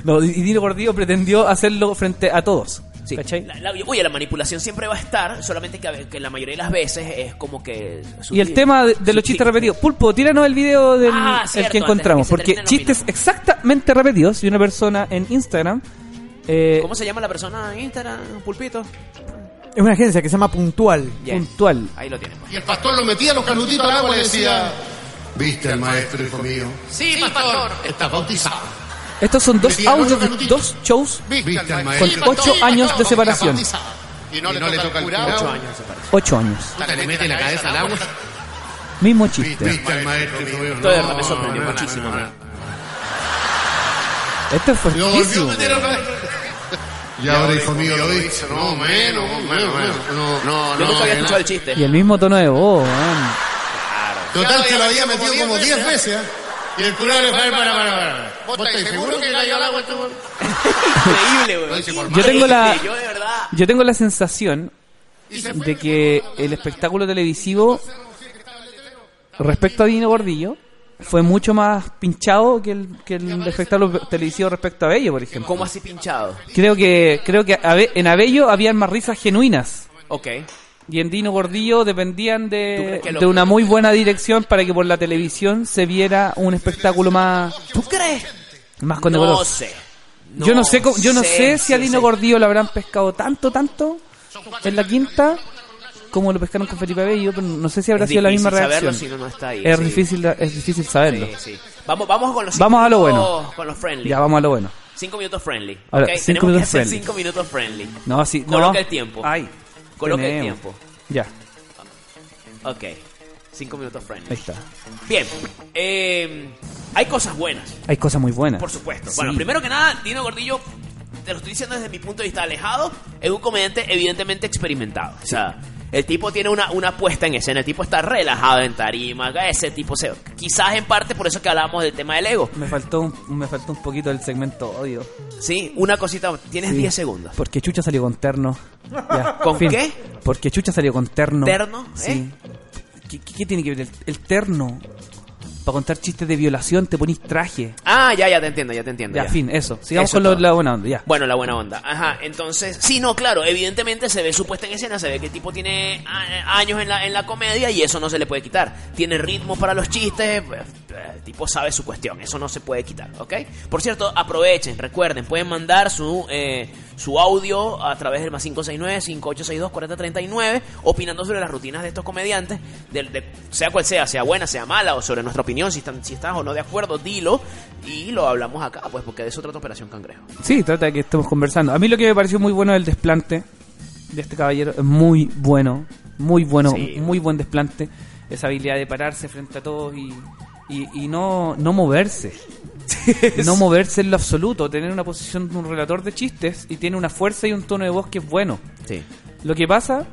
Speaker 1: no, y Dino Gordillo pretendió hacerlo frente a todos.
Speaker 2: Sí.
Speaker 1: ¿Cachai?
Speaker 2: La, la- oye, la manipulación siempre va a estar, solamente que, a ve- que la mayoría de las veces es como que...
Speaker 1: Y
Speaker 2: sutil.
Speaker 1: el tema de, de los
Speaker 2: Sutil.
Speaker 1: chistes repetidos. Pulpo, tíranos el video del
Speaker 2: Ah,
Speaker 1: el
Speaker 2: cierto,
Speaker 1: que encontramos.
Speaker 2: antes de que se
Speaker 1: porque
Speaker 2: termine
Speaker 1: chistes
Speaker 2: Opina.
Speaker 1: exactamente repetidos y una persona en Instagram. eh,
Speaker 2: ¿Cómo se llama la persona en Instagram, Pulpito?
Speaker 4: Es una agencia que se llama Puntual.
Speaker 2: Ya.
Speaker 1: Puntual.
Speaker 2: Ahí lo tienen. pues.
Speaker 5: Y el pastor lo metía los canutitos al agua y le decía, ¿viste al maestro, hijo mío?
Speaker 6: Sí, pastor.
Speaker 5: Estás bautizado.
Speaker 1: Estos son dos
Speaker 5: Decía,
Speaker 1: audios,
Speaker 5: "Bueno,
Speaker 1: de-
Speaker 5: Canutito".
Speaker 1: dos shows,
Speaker 5: ¿Viste al
Speaker 1: con
Speaker 5: maestro?
Speaker 1: ocho años de separación.
Speaker 5: Estás bautizado. Y no, le toca el curado.
Speaker 1: Ocho años.
Speaker 5: Puta, Le mete la cabeza al agua.
Speaker 1: Mismo chiste.
Speaker 5: ¿Viste al maestro, hijo mío?
Speaker 2: Todo me sorprendió
Speaker 5: no, no,
Speaker 2: muchísimo.
Speaker 5: no, no.
Speaker 1: Esto es
Speaker 5: Lo volvió a
Speaker 1: fuertísimo.
Speaker 5: meter otra vez. Y ahora, hijo mío, lo dice. No, menos, menos, menos. No,
Speaker 2: Yo nunca había
Speaker 5: no,
Speaker 2: escuchado
Speaker 5: no.
Speaker 2: el chiste.
Speaker 1: Y el mismo tono de voz, weón.
Speaker 5: Total que lo había metido como 10 veces. ¿eh? Y el curado le fue, para, para, para. ¿Vos estáis seguro que cayó al agua este weón?
Speaker 2: Increíble, weón.
Speaker 5: dice por
Speaker 1: Yo tengo la-
Speaker 2: Increíble, Yo de verdad...
Speaker 1: Yo tengo la sensación
Speaker 5: Y se fue,
Speaker 1: de que el espectáculo televisivo respecto a Dino Gordillo fue mucho más pinchado que el, que el espectáculo televisivo respecto a Bello, por ejemplo.
Speaker 2: ¿Cómo así pinchado?
Speaker 1: Creo que creo que Abe- en Abello habían más risas genuinas
Speaker 2: Ok.
Speaker 1: y en Dino Gordillo dependían
Speaker 2: ¿Tú
Speaker 1: de,
Speaker 2: crees que lo-
Speaker 1: de una muy buena dirección para que por la televisión se viera un espectáculo más
Speaker 2: ¿Tú crees?
Speaker 1: más
Speaker 2: No
Speaker 1: condecoroso.
Speaker 2: sé.
Speaker 1: yo no sé cómo- yo no sé si a Dino
Speaker 2: sé.
Speaker 1: Gordillo lo habrán pescado tanto tanto en la quinta como lo pescaron con Felipe Abello, pero no sé si habrá
Speaker 2: Es
Speaker 1: sido la
Speaker 2: difícil
Speaker 1: misma
Speaker 2: saberlo
Speaker 1: reacción.
Speaker 2: si uno no está ahí,
Speaker 1: es
Speaker 2: sí.
Speaker 1: difícil es difícil saberlo.
Speaker 2: Sí, sí. Vamos, vamos con los
Speaker 1: Vamos
Speaker 2: cinco
Speaker 1: a lo bueno.
Speaker 2: minutos- Con los friendly.
Speaker 1: Ya vamos a lo bueno.
Speaker 2: Cinco minutos friendly.
Speaker 1: Ahora,
Speaker 2: ok.
Speaker 1: cinco
Speaker 2: Tenemos que
Speaker 1: minutos
Speaker 2: hacer
Speaker 1: friendly.
Speaker 2: cinco minutos friendly.
Speaker 1: No, sí, no.
Speaker 2: Coloca el tiempo.
Speaker 1: Ay.
Speaker 2: Coloca el
Speaker 1: tenemos.
Speaker 2: tiempo.
Speaker 1: Ya,
Speaker 2: Ok. Cinco minutos friendly.
Speaker 1: ahí está.
Speaker 2: Bien. eh, hay cosas buenas,
Speaker 1: Hay cosas muy buenas.
Speaker 2: por supuesto.
Speaker 1: Sí.
Speaker 2: Bueno, primero que nada, Dino Gordillo, te lo estoy diciendo desde mi punto de vista alejado, es un comediante evidentemente experimentado. O sea, el tipo tiene una, una puesta en escena, el tipo está relajado en tarima, ese tipo se... Quizás en parte por eso que hablábamos del tema del ego.
Speaker 1: Me faltó un, me faltó un poquito del segmento odio.
Speaker 2: Sí, una cosita, tienes
Speaker 1: Sí.
Speaker 2: 10 segundos.
Speaker 1: Porque Chucha salió con terno. Ya,
Speaker 2: ¿Con qué?
Speaker 1: Porque Chucha salió con terno.
Speaker 2: ¿Terno? ¿Eh?
Speaker 1: Sí. ¿Qué, qué- qué tiene que ver el, el terno? Para contar chistes de violación te ponís traje.
Speaker 2: Ah, ya, ya te entiendo, ya te entiendo.
Speaker 1: Ya,
Speaker 2: ya.
Speaker 1: fin, eso. Sigamos
Speaker 2: Eso
Speaker 1: con lo-
Speaker 2: todo.
Speaker 1: la buena onda, ya.
Speaker 2: Bueno, la buena onda. Ajá, entonces, sí, no, claro, evidentemente se ve su puesta en escena, se ve que el tipo tiene a- eh, años en la, en la comedia y eso no se le puede quitar. Tiene ritmo para los chistes, pues, eh, el tipo sabe su cuestión, eso no se puede quitar, ¿ok? Por cierto, aprovechen, recuerden, pueden mandar su, eh, su audio a través del más 569-5862-4039, opinando sobre las rutinas de estos comediantes, del- de- sea cual sea, sea buena, sea mala, o sobre nuestra opinión, si, están, si estás o no de acuerdo, dilo y lo hablamos acá, pues porque de eso trata Operación Cangrejo.
Speaker 1: Sí, trata de que estemos conversando. A mí lo que me pareció muy bueno es el desplante de este caballero. Es muy bueno, muy bueno,
Speaker 2: Sí.
Speaker 1: muy buen desplante. Esa habilidad de pararse frente a todos y, y- y no, no moverse. no moverse en lo absoluto. Tener una posición de un relator de chistes y tiene una fuerza y un tono de voz que es bueno.
Speaker 2: Sí.
Speaker 1: Lo que pasa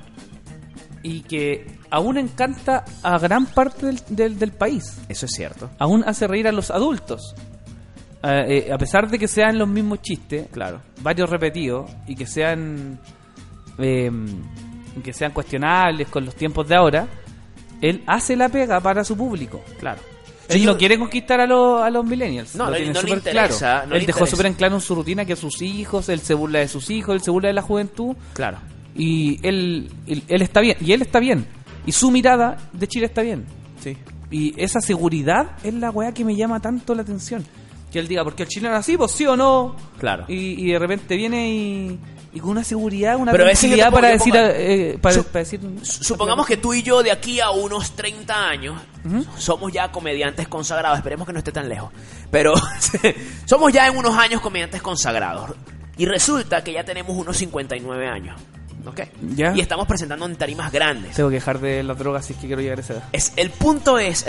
Speaker 1: y que aún encanta a gran parte del- del- del país
Speaker 2: Eso es cierto.
Speaker 1: aún hace reír a los adultos. Eh, eh, a pesar de que sean los mismos chistes,
Speaker 2: Claro.
Speaker 1: varios repetidos, y que sean eh, que sean cuestionables con los tiempos de ahora, él hace la pega para su público.
Speaker 2: Claro.
Speaker 1: Él no quiere conquistar a, los a los millennials.
Speaker 2: No,
Speaker 1: lo
Speaker 2: no-
Speaker 1: tiene
Speaker 2: no le
Speaker 1: súper
Speaker 2: interesa,
Speaker 1: claro.
Speaker 2: no le
Speaker 1: él dejó
Speaker 2: interesa.
Speaker 1: súper en claro en su rutina que sus hijos, él se burla de sus hijos, él se burla de la juventud,
Speaker 2: Claro.
Speaker 1: y él, él, él está bien, y él está bien, y su mirada de Chile está bien.
Speaker 2: Sí.
Speaker 1: Y esa seguridad es la weá que me llama tanto la atención. Que él diga, porque el chileno es así, pues sí o no.
Speaker 2: Claro.
Speaker 1: Y, y de repente viene y, y con una seguridad, una
Speaker 2: Pero a veces yo
Speaker 1: tranquilidad
Speaker 2: te
Speaker 1: para
Speaker 2: pongo-
Speaker 1: decir,
Speaker 2: yo pongo-
Speaker 1: eh, para,
Speaker 2: Su-
Speaker 1: para decir.
Speaker 2: Supongamos que tú y yo de aquí a unos 30 años somos ya comediantes consagrados. Esperemos que no esté tan lejos. Pero somos ya en unos años comediantes consagrados. Y resulta que ya tenemos unos 59 años. ¿Ok?
Speaker 1: Ya.
Speaker 2: Y estamos presentando en tarimas grandes.
Speaker 1: Tengo que dejar de las drogas si es que quiero llegar a esa edad.
Speaker 2: Es, el punto es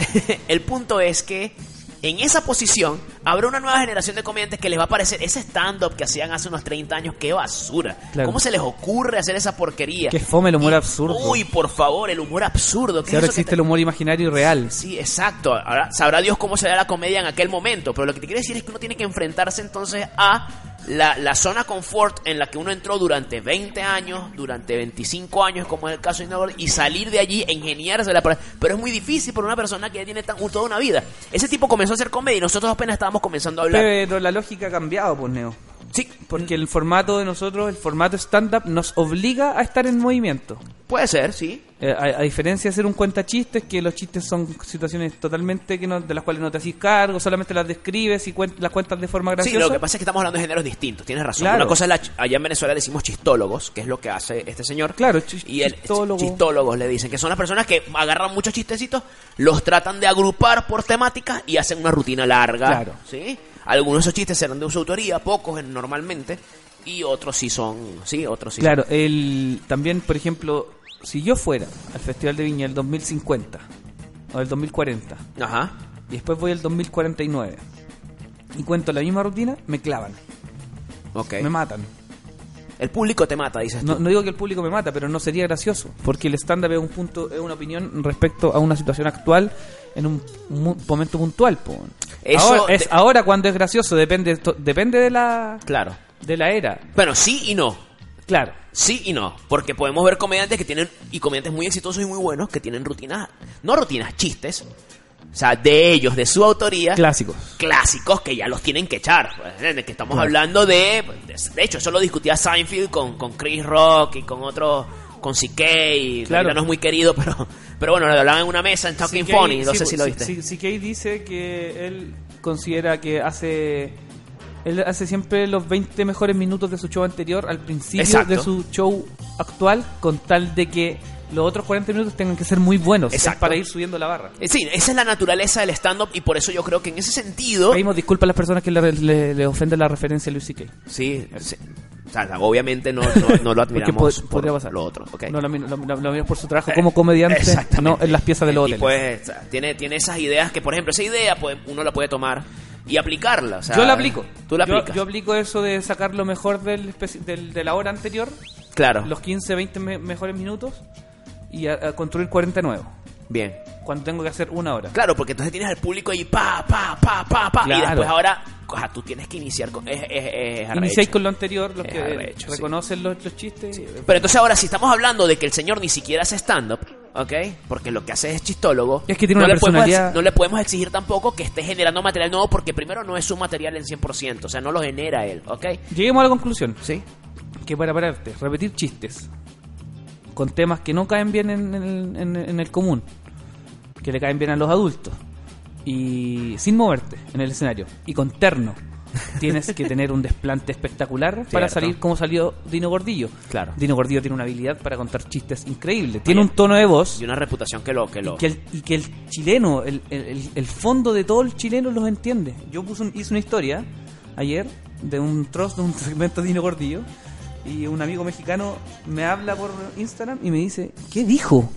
Speaker 2: el punto es que en esa posición habrá una nueva generación de comediantes que les va a parecer ese stand-up que hacían hace unos 30 años, qué basura.
Speaker 1: Claro.
Speaker 2: ¿Cómo se les ocurre hacer esa porquería?
Speaker 1: Qué fome el humor absurdo.
Speaker 2: Uy, por favor, el humor absurdo. ¿qué
Speaker 1: Si
Speaker 2: es
Speaker 1: ahora
Speaker 2: eso que
Speaker 1: existe
Speaker 2: te-
Speaker 1: el humor imaginario y real.
Speaker 2: Sí, exacto. Ahora, sabrá Dios cómo se da la comedia en aquel momento. Pero lo que te quiero decir es que uno tiene que enfrentarse entonces a la, la zona confort en la que uno entró durante 20 años, durante 25 años, como es el caso de Inagor, y salir de allí, ingeniarse la Pero es muy difícil para una persona que ya tiene tan, toda una vida. Ese tipo comenzó a hacer comedia y nosotros apenas estábamos comenzando a hablar.
Speaker 1: Pero la lógica ha cambiado, pues, Neo.
Speaker 2: sí,
Speaker 1: Porque el formato de nosotros, el formato stand-up, nos obliga a estar en movimiento.
Speaker 2: puede ser, sí.
Speaker 1: Eh, a, a diferencia de hacer un cuentachistes, que los chistes son situaciones totalmente que no- de las cuales no te haces cargo, solamente las describes y cuen- las cuentas de forma
Speaker 2: Sí,
Speaker 1: graciosa.
Speaker 2: lo que pasa es que estamos hablando de géneros distintos, tienes razón.
Speaker 1: Claro.
Speaker 2: Una cosa es la, ch- allá en Venezuela le decimos chistólogos, que es lo que hace este señor.
Speaker 1: Claro, chis-
Speaker 2: y el ch-
Speaker 1: chistólogo.
Speaker 2: chistólogos le dicen, que son las personas que agarran muchos chistecitos, los tratan de agrupar por temáticas y hacen una rutina larga.
Speaker 1: Claro.
Speaker 2: ¿sí? Algunos de esos chistes serán de su autoría, pocos eh, normalmente, y otros sí son, sí, otros sí.
Speaker 1: Claro, el, también, por ejemplo, si yo fuera al Festival de Viña el 2050 o el 2040,
Speaker 2: son. Ajá.
Speaker 1: y después voy al 2049 y cuento la misma rutina, me clavan,
Speaker 2: Ok.
Speaker 1: me matan.
Speaker 2: El público te mata, dices
Speaker 1: No,
Speaker 2: tú.
Speaker 1: no digo que el público me mata, pero no sería gracioso, porque el stand-up es un punto, es una opinión respecto a una situación actual en un mu- momento puntual. po.
Speaker 2: Eso
Speaker 1: ahora, es
Speaker 2: de-
Speaker 1: ahora cuando es gracioso, depende, to- depende de la
Speaker 2: Claro.
Speaker 1: de la era,
Speaker 2: Bueno, sí y no.
Speaker 1: claro.
Speaker 2: Sí y no, porque podemos ver comediantes que tienen, y comediantes muy exitosos y muy buenos, que tienen rutinas, no rutinas, chistes, o sea, de ellos, de su autoría,
Speaker 1: Clásicos.
Speaker 2: clásicos que ya los tienen que echar, pues, de que estamos hablando de, pues, de hecho, eso lo discutía Seinfeld con, con Chris Rock y con otros, con CK, y
Speaker 1: Claro.
Speaker 2: claro. no es muy querido, pero, pero bueno, lo hablaban en una mesa en Talking Funny, no
Speaker 1: sí,
Speaker 2: sé si
Speaker 1: sí,
Speaker 2: lo viste.
Speaker 1: sí, sí, CK dice que él considera que hace. Él hace siempre los 20 mejores minutos de su show anterior al principio
Speaker 2: Exacto.
Speaker 1: de su show actual, con tal de que los otros 40 minutos tengan que ser muy buenos es
Speaker 2: Exacto.
Speaker 1: para ir subiendo la barra.
Speaker 2: Eh, Sí, esa es la naturaleza del stand-up y por eso yo creo que en ese sentido...
Speaker 1: Pedimos disculpas a las personas que le, le- le ofenden la referencia a Luis CK.
Speaker 2: Sí, sí. O sea, obviamente no, no, no lo
Speaker 1: Porque
Speaker 2: admiramos
Speaker 1: pod-
Speaker 2: por
Speaker 1: podría pasar.
Speaker 2: lo otro, ¿ok? Eh,
Speaker 1: No lo, mi- lo- lo- lo miras por su trabajo como comediante, no
Speaker 2: Exactamente. pues,
Speaker 1: en las piezas de los
Speaker 2: El
Speaker 1: hoteles.
Speaker 2: tipo es, o sea, tiene, tiene esas ideas que, por ejemplo, esa idea pues, uno la puede tomar y aplicarla. o sea,
Speaker 1: yo la aplico.
Speaker 2: Tú la
Speaker 1: Yo-
Speaker 2: aplicas.
Speaker 1: Yo, aplico eso de sacar lo mejor del, especi- del- de la hora anterior
Speaker 2: claro.
Speaker 1: los 15, 20 me- mejores minutos y a, a construir 40 nuevos.
Speaker 2: Bien.
Speaker 1: Cuando tengo que hacer una hora.
Speaker 2: Claro, porque entonces tienes al público ahí, pa, pa, pa, pa, pa. Y
Speaker 1: Claro.
Speaker 2: después ahora, ajá, tú tienes que iniciar con. Es, es- es arrecho.
Speaker 1: Iniciáis con lo anterior, los
Speaker 2: Es
Speaker 1: que
Speaker 2: arrecho, sí.
Speaker 1: reconocen los, los chistes.
Speaker 2: Pero entonces ahora, si estamos hablando de que el señor ni siquiera hace stand-up, ¿ok? Porque lo que hace es chistólogo.
Speaker 1: Es que tiene
Speaker 2: no
Speaker 1: una
Speaker 2: le podemos
Speaker 1: personalidad-
Speaker 2: exi- no le podemos exigir tampoco que esté generando material nuevo, porque primero no es su material en 100%, o sea, no lo genera él, ¿ok?
Speaker 1: Lleguemos a la conclusión,
Speaker 2: Sí.
Speaker 1: que para pararte, repetir chistes con temas que no caen bien en el, en- en el común, que le caen bien a los adultos, y sin moverte en el escenario, y con terno, tienes que tener un desplante espectacular para
Speaker 2: Cierto.
Speaker 1: salir como salió Dino Gordillo.
Speaker 2: Claro.
Speaker 1: Dino Gordillo tiene una habilidad para contar chistes increíble, tiene
Speaker 2: Oye,
Speaker 1: un tono de voz
Speaker 2: Y una reputación que lo. Que lo...
Speaker 1: y que el, y que el chileno, el, el- el fondo de todo el chileno los entiende. Yo puse un- hice una historia ayer de un trozo, de un segmento de Dino Gordillo, y un amigo mexicano me habla por Instagram y me dice, ¿qué dijo?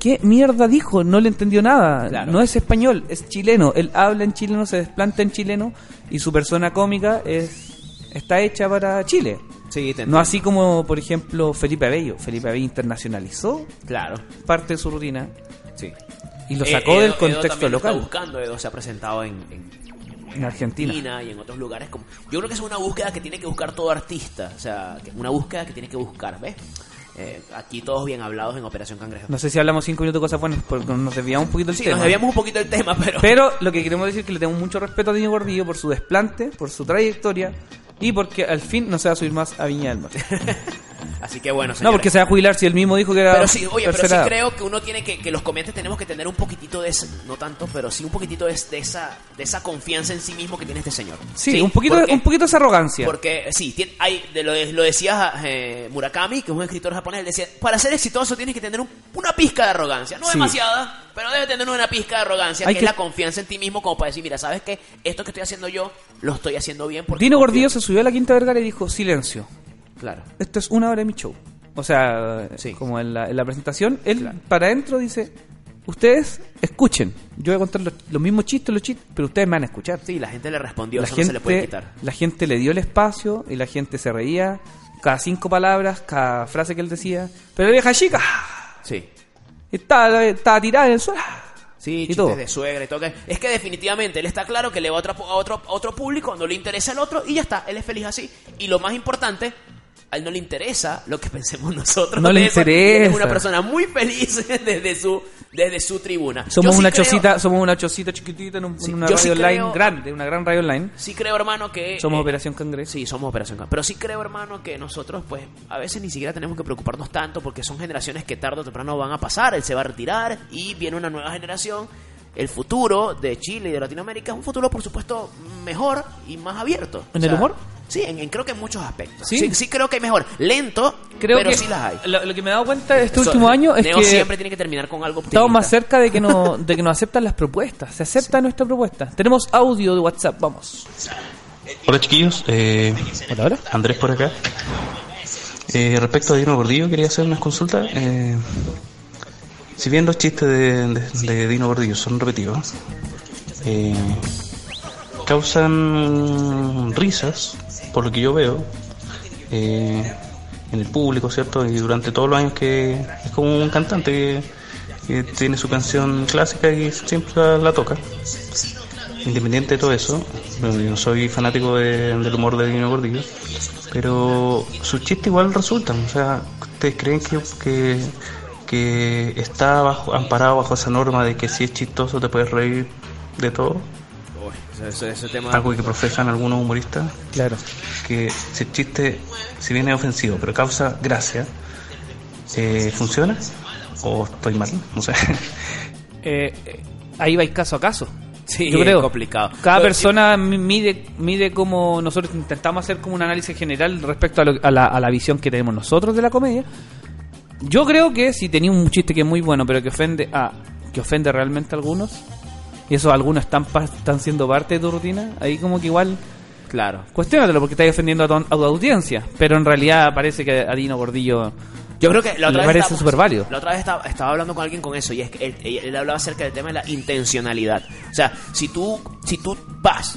Speaker 1: ¿Qué mierda dijo? No le entendió nada.
Speaker 2: Claro.
Speaker 1: No es español, es chileno. Él habla en chileno, se desplanta en chileno y su persona cómica es está hecha para Chile.
Speaker 2: Sí, te
Speaker 1: No así como, por ejemplo, Felipe Abello. Felipe Abello internacionalizó
Speaker 2: Claro,
Speaker 1: parte de su rutina
Speaker 2: sí. Eh,
Speaker 1: y lo sacó del contexto
Speaker 2: Está
Speaker 1: local
Speaker 2: buscando, Edo se ha presentado en, en
Speaker 1: en Argentina.
Speaker 2: Argentina y en otros lugares. Como... Yo creo que esa es una búsqueda que tiene que buscar todo artista. O sea, que- una búsqueda que tiene que buscar, ¿ves? Eh, aquí todos bien hablados en Operación Cangrejo.
Speaker 1: No sé si hablamos cinco minutos de cosas buenas porque nos desviamos un poquito del
Speaker 2: sí,
Speaker 1: tema.
Speaker 2: nos debíamos un poquito el tema, pero.
Speaker 1: Pero lo que queremos decir es que le tenemos mucho respeto a Dino Gordillo por su desplante, por su trayectoria y porque al fin no se va a subir más a Viña del Mar.
Speaker 2: Así que bueno,
Speaker 1: No,
Speaker 2: señores.
Speaker 1: porque se va a jubilar si él mismo dijo que era
Speaker 2: Pero sí, oye, pero sí
Speaker 1: tercera edad.
Speaker 2: creo que uno tiene que, que los comediantes tenemos que tener un poquitito de ese, no tanto, pero sí un poquitito de, de esa, de esa confianza en sí mismo que tiene este señor.
Speaker 1: Sí, un poquito,
Speaker 2: porque-
Speaker 1: un poquito esa arrogancia.
Speaker 2: Porque sí, tien- hay, de lo, lo decía eh, Murakami, que es un escritor japonés, él decía, para ser exitoso tienes que tener un- una pizca de arrogancia, no
Speaker 1: Sí.
Speaker 2: demasiada, pero debes tener una pizca de arrogancia,
Speaker 1: Hay
Speaker 2: que,
Speaker 1: que-
Speaker 2: es la confianza en ti mismo como para decir, mira, ¿sabes qué? Esto que estoy haciendo yo, lo estoy haciendo bien porque...
Speaker 1: Dino
Speaker 2: confío".
Speaker 1: Gordillo se subió a la Quinta Vergara y dijo, silencio,
Speaker 2: Claro.
Speaker 1: esto es una hora de mi show. O sea,
Speaker 2: Sí.
Speaker 1: como en la, en la presentación, él para adentro dice, ustedes escuchen. Yo voy a contar los, los mismos chistes, los chistes, pero ustedes me van a escuchar.
Speaker 2: Sí, la gente le respondió,
Speaker 1: la
Speaker 2: eso
Speaker 1: gente,
Speaker 2: no se le puede quitar.
Speaker 1: La gente le dio el espacio y la gente se reía. Cada cinco palabras, cada frase que él decía. Pero la vieja chica
Speaker 2: Sí.
Speaker 1: estaba, estaba tirada en el suelo.
Speaker 2: Sí,
Speaker 1: Y
Speaker 2: chistes
Speaker 1: todo.
Speaker 2: de suegra y todo. que- Es que definitivamente él está claro que le va a otro, a otro, a otro público, no le interesa el otro y ya está, él es feliz así. Y lo más importante, a él no le interesa lo que pensemos nosotros.
Speaker 1: No le
Speaker 2: de eso.
Speaker 1: interesa.
Speaker 2: Él Es una persona muy feliz desde su, desde su tribuna.
Speaker 1: Somos
Speaker 2: Yo sí
Speaker 1: una
Speaker 2: creo-
Speaker 1: chocita, somos una chocita chiquitita en, un-
Speaker 2: Sí,
Speaker 1: en una
Speaker 2: yo
Speaker 1: radio
Speaker 2: sí
Speaker 1: online
Speaker 2: creo-
Speaker 1: grande, una gran radio online.
Speaker 2: Sí creo, hermano, que...
Speaker 1: Somos
Speaker 2: eh,
Speaker 1: Operación Cangrejo.
Speaker 2: Sí, somos Operación Cam- Pero sí creo, hermano, que nosotros, pues, a veces ni siquiera tenemos que preocuparnos tanto porque son generaciones que tarde o temprano van a pasar. Él se va a retirar y viene una nueva generación. El futuro de Chile y de Latinoamérica es un futuro, por supuesto, mejor y más abierto.
Speaker 1: ¿En el humor?
Speaker 2: Sí, en, en- creo que en muchos aspectos.
Speaker 1: Sí.
Speaker 2: Sí, sí, creo que hay mejor. Lento,
Speaker 1: Creo
Speaker 2: pero
Speaker 1: que
Speaker 2: sí las hay.
Speaker 1: Lo, lo que me he dado cuenta de este
Speaker 2: Eso,
Speaker 1: último año es
Speaker 2: Neo
Speaker 1: que
Speaker 2: siempre tiene que terminar con algo
Speaker 1: estamos más
Speaker 2: optimista.
Speaker 1: cerca de que, no, de que nos aceptan las propuestas. Se acepta nuestra propuesta. Tenemos audio de WhatsApp, vamos.
Speaker 6: Hola chiquillos, eh,
Speaker 1: Hola, hola.
Speaker 6: Andrés por acá. Eh, respecto a Dino Gordillo, quería hacer unas consultas. Eh, si bien los chistes de, de- de Dino Gordillo son repetidos, eh, causan risas, por lo que yo veo, eh, en el público, ¿cierto? Y durante todos los años que es como un cantante que, que tiene su canción clásica y siempre la- la toca independiente de todo eso, bueno, yo no soy fanático de- del humor de Dino Gordillo, pero sus chistes igual resultan. O sea, ¿ustedes creen que, que, que está bajo, amparado bajo esa norma de que si es chistoso te puedes reír de todo?
Speaker 2: Uy, eso- eso- ese tema-
Speaker 6: Algo que profesan algunos humoristas,
Speaker 1: Claro.
Speaker 6: que si el chiste, si bien es ofensivo, pero causa gracia, eh, ¿funciona? ¿O estoy mal? No sé.
Speaker 1: Eh, eh, ahí vais caso a caso.
Speaker 2: Sí,
Speaker 1: Yo creo.
Speaker 2: es complicado.
Speaker 1: Cada
Speaker 2: Pero-
Speaker 1: persona mi- mide, mide como nosotros intentamos hacer como un análisis general respecto a, lo- a la, a la visión que tenemos nosotros de la comedia. Yo creo que si tenía un chiste que es muy bueno, pero que ofende a que ofende realmente a algunos, y esos algunos están, pa- están siendo parte de tu rutina, ahí como que igual
Speaker 2: Claro.
Speaker 1: cuestionatelo porque estás ofendiendo a tu, a tu audiencia. Pero en realidad parece que a Dino Gordillo
Speaker 2: Yo creo que la otra
Speaker 1: Le
Speaker 2: vez
Speaker 1: parece
Speaker 2: estábamos-
Speaker 1: superválido.
Speaker 2: La otra vez estaba, estaba hablando con alguien con eso y es que él, él- él hablaba acerca del tema de la intencionalidad. O sea, si tú si tú vas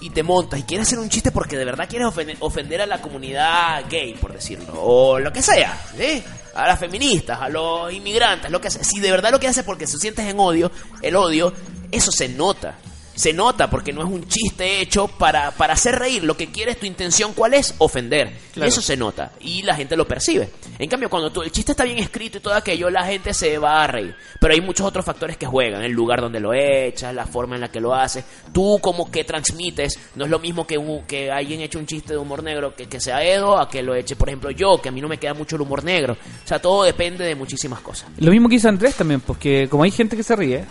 Speaker 2: y te montas y quieres hacer un chiste porque de verdad quieres ofender, ofender a la comunidad gay, por decirlo, o lo que sea, ¿sí? a las feministas, a los inmigrantes, lo que sea. Si de verdad lo que haces es porque se sientes en odio, el odio, eso se nota. Se nota porque no es un chiste hecho para, para hacer reír. Lo que quieres, tu intención, ¿cuál es? Ofender. Eso se nota y la gente lo percibe. En cambio, cuando tú- el chiste está bien escrito y todo aquello, la gente se va a reír. Pero hay muchos otros factores que juegan. El lugar donde lo echas, la forma en la que lo haces, tú como que transmites. No es lo mismo que, un- que alguien eche un chiste de humor negro que, que sea Edo a que lo eche, por ejemplo, yo, que a mí no me queda mucho el humor negro. O sea, todo depende de muchísimas cosas.
Speaker 1: Lo mismo que hizo Andrés también, porque como hay gente que se ríe,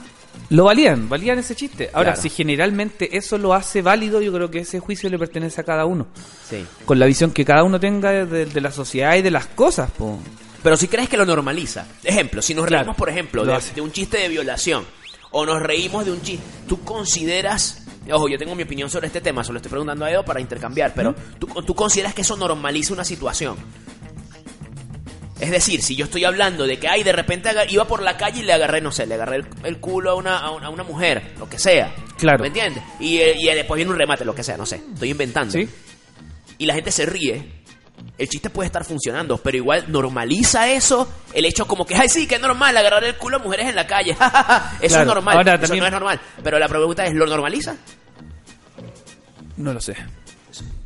Speaker 1: lo valían, valían ese chiste. Ahora,
Speaker 2: Claro.
Speaker 1: si generalmente eso lo hace válido, yo creo que ese juicio le pertenece a cada uno.
Speaker 2: Sí.
Speaker 1: Con la visión que cada uno tenga de, de la sociedad y de las cosas, po.
Speaker 2: Pero si crees que lo normaliza. Ejemplo, si nos
Speaker 1: Claro,
Speaker 2: reímos, por ejemplo,
Speaker 1: lo
Speaker 2: de,
Speaker 1: hace.
Speaker 2: de un chiste de violación, o nos reímos de un chiste, tú consideras... Ojo, yo tengo mi opinión sobre este tema, solo estoy preguntando a Edo para intercambiar, pero ¿tú, tú consideras que eso normaliza una situación. Es decir, si yo estoy hablando de que, ay, de repente aga- iba por la calle y le agarré, no sé, le agarré el, el culo a una, a, una, a una mujer, lo que sea.
Speaker 1: Claro.
Speaker 2: ¿Me entiendes? Y, eh, y después viene un remate, lo que sea, no sé. Estoy inventando
Speaker 1: ¿Sí?
Speaker 2: y la gente se ríe, el chiste puede estar funcionando, pero igual normaliza eso, el hecho como que, ay, sí, que es normal agarrar el culo a mujeres en la calle. eso es
Speaker 1: Claro,
Speaker 2: normal,
Speaker 1: ahora
Speaker 2: eso
Speaker 1: también-
Speaker 2: no es normal. Pero la pregunta es, ¿lo normaliza?
Speaker 1: No lo sé.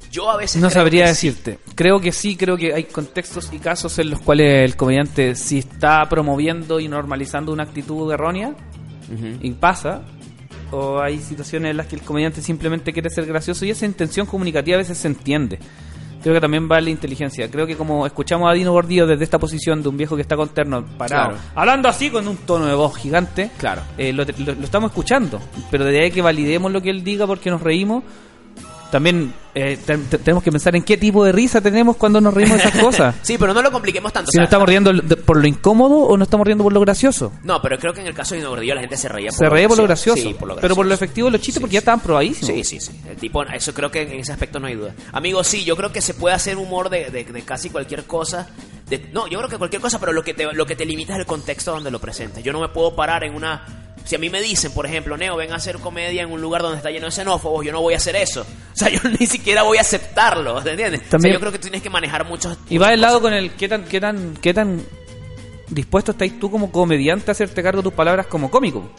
Speaker 2: Yo a veces...
Speaker 1: No
Speaker 2: creo
Speaker 1: sabría
Speaker 2: que sí.
Speaker 1: decirte. Creo que sí, creo que hay contextos y casos en los cuales el comediante sí está promoviendo y normalizando una actitud errónea y pasa. O hay situaciones en las que el comediante simplemente quiere ser gracioso y esa intención comunicativa a veces se entiende. Creo que también va la inteligencia. Creo que como escuchamos a Dino Gordillo desde esta posición de un viejo que está con terno parado,
Speaker 2: Claro.
Speaker 1: hablando así con un tono de voz gigante,
Speaker 2: Claro.
Speaker 1: eh, lo, lo- lo estamos escuchando. Pero de ahí que validemos lo que él diga porque nos reímos, también eh, te- te- tenemos que pensar en qué tipo de risa tenemos cuando nos reímos de esas cosas.
Speaker 2: Sí, pero no lo compliquemos tanto.
Speaker 1: Si
Speaker 2: o sea,
Speaker 1: nos estamos riendo de- por lo incómodo o nos estamos riendo por lo gracioso.
Speaker 2: No, pero creo que en el caso de Inogordillo la gente se reía por
Speaker 1: Se reía por lo gracioso,
Speaker 2: Sí, por lo gracioso.
Speaker 1: pero por lo efectivo de los chistes
Speaker 2: Sí,
Speaker 1: porque ya estaban probadísimos.
Speaker 2: Sí, sí, sí. El tipo, eso creo que en ese aspecto no hay duda. Amigo, sí, yo creo que se puede hacer humor de, de- de casi cualquier cosa. De- no, yo creo que cualquier cosa, pero lo que te, lo que te limita es el contexto donde lo presentes. Yo no me puedo parar en una. Si a mí me dicen, por ejemplo, Neo, ven a hacer comedia en un lugar donde está lleno de xenófobos, yo no voy a hacer eso. O sea, yo ni siquiera voy a aceptarlo, ¿te entiendes? O sea,
Speaker 1: También-
Speaker 2: yo creo que tienes que manejar muchos.
Speaker 1: Y va del lado con el qué tan, qué tan, qué tan dispuesto estáis tú como comediante a hacerte cargo de tus palabras como cómico.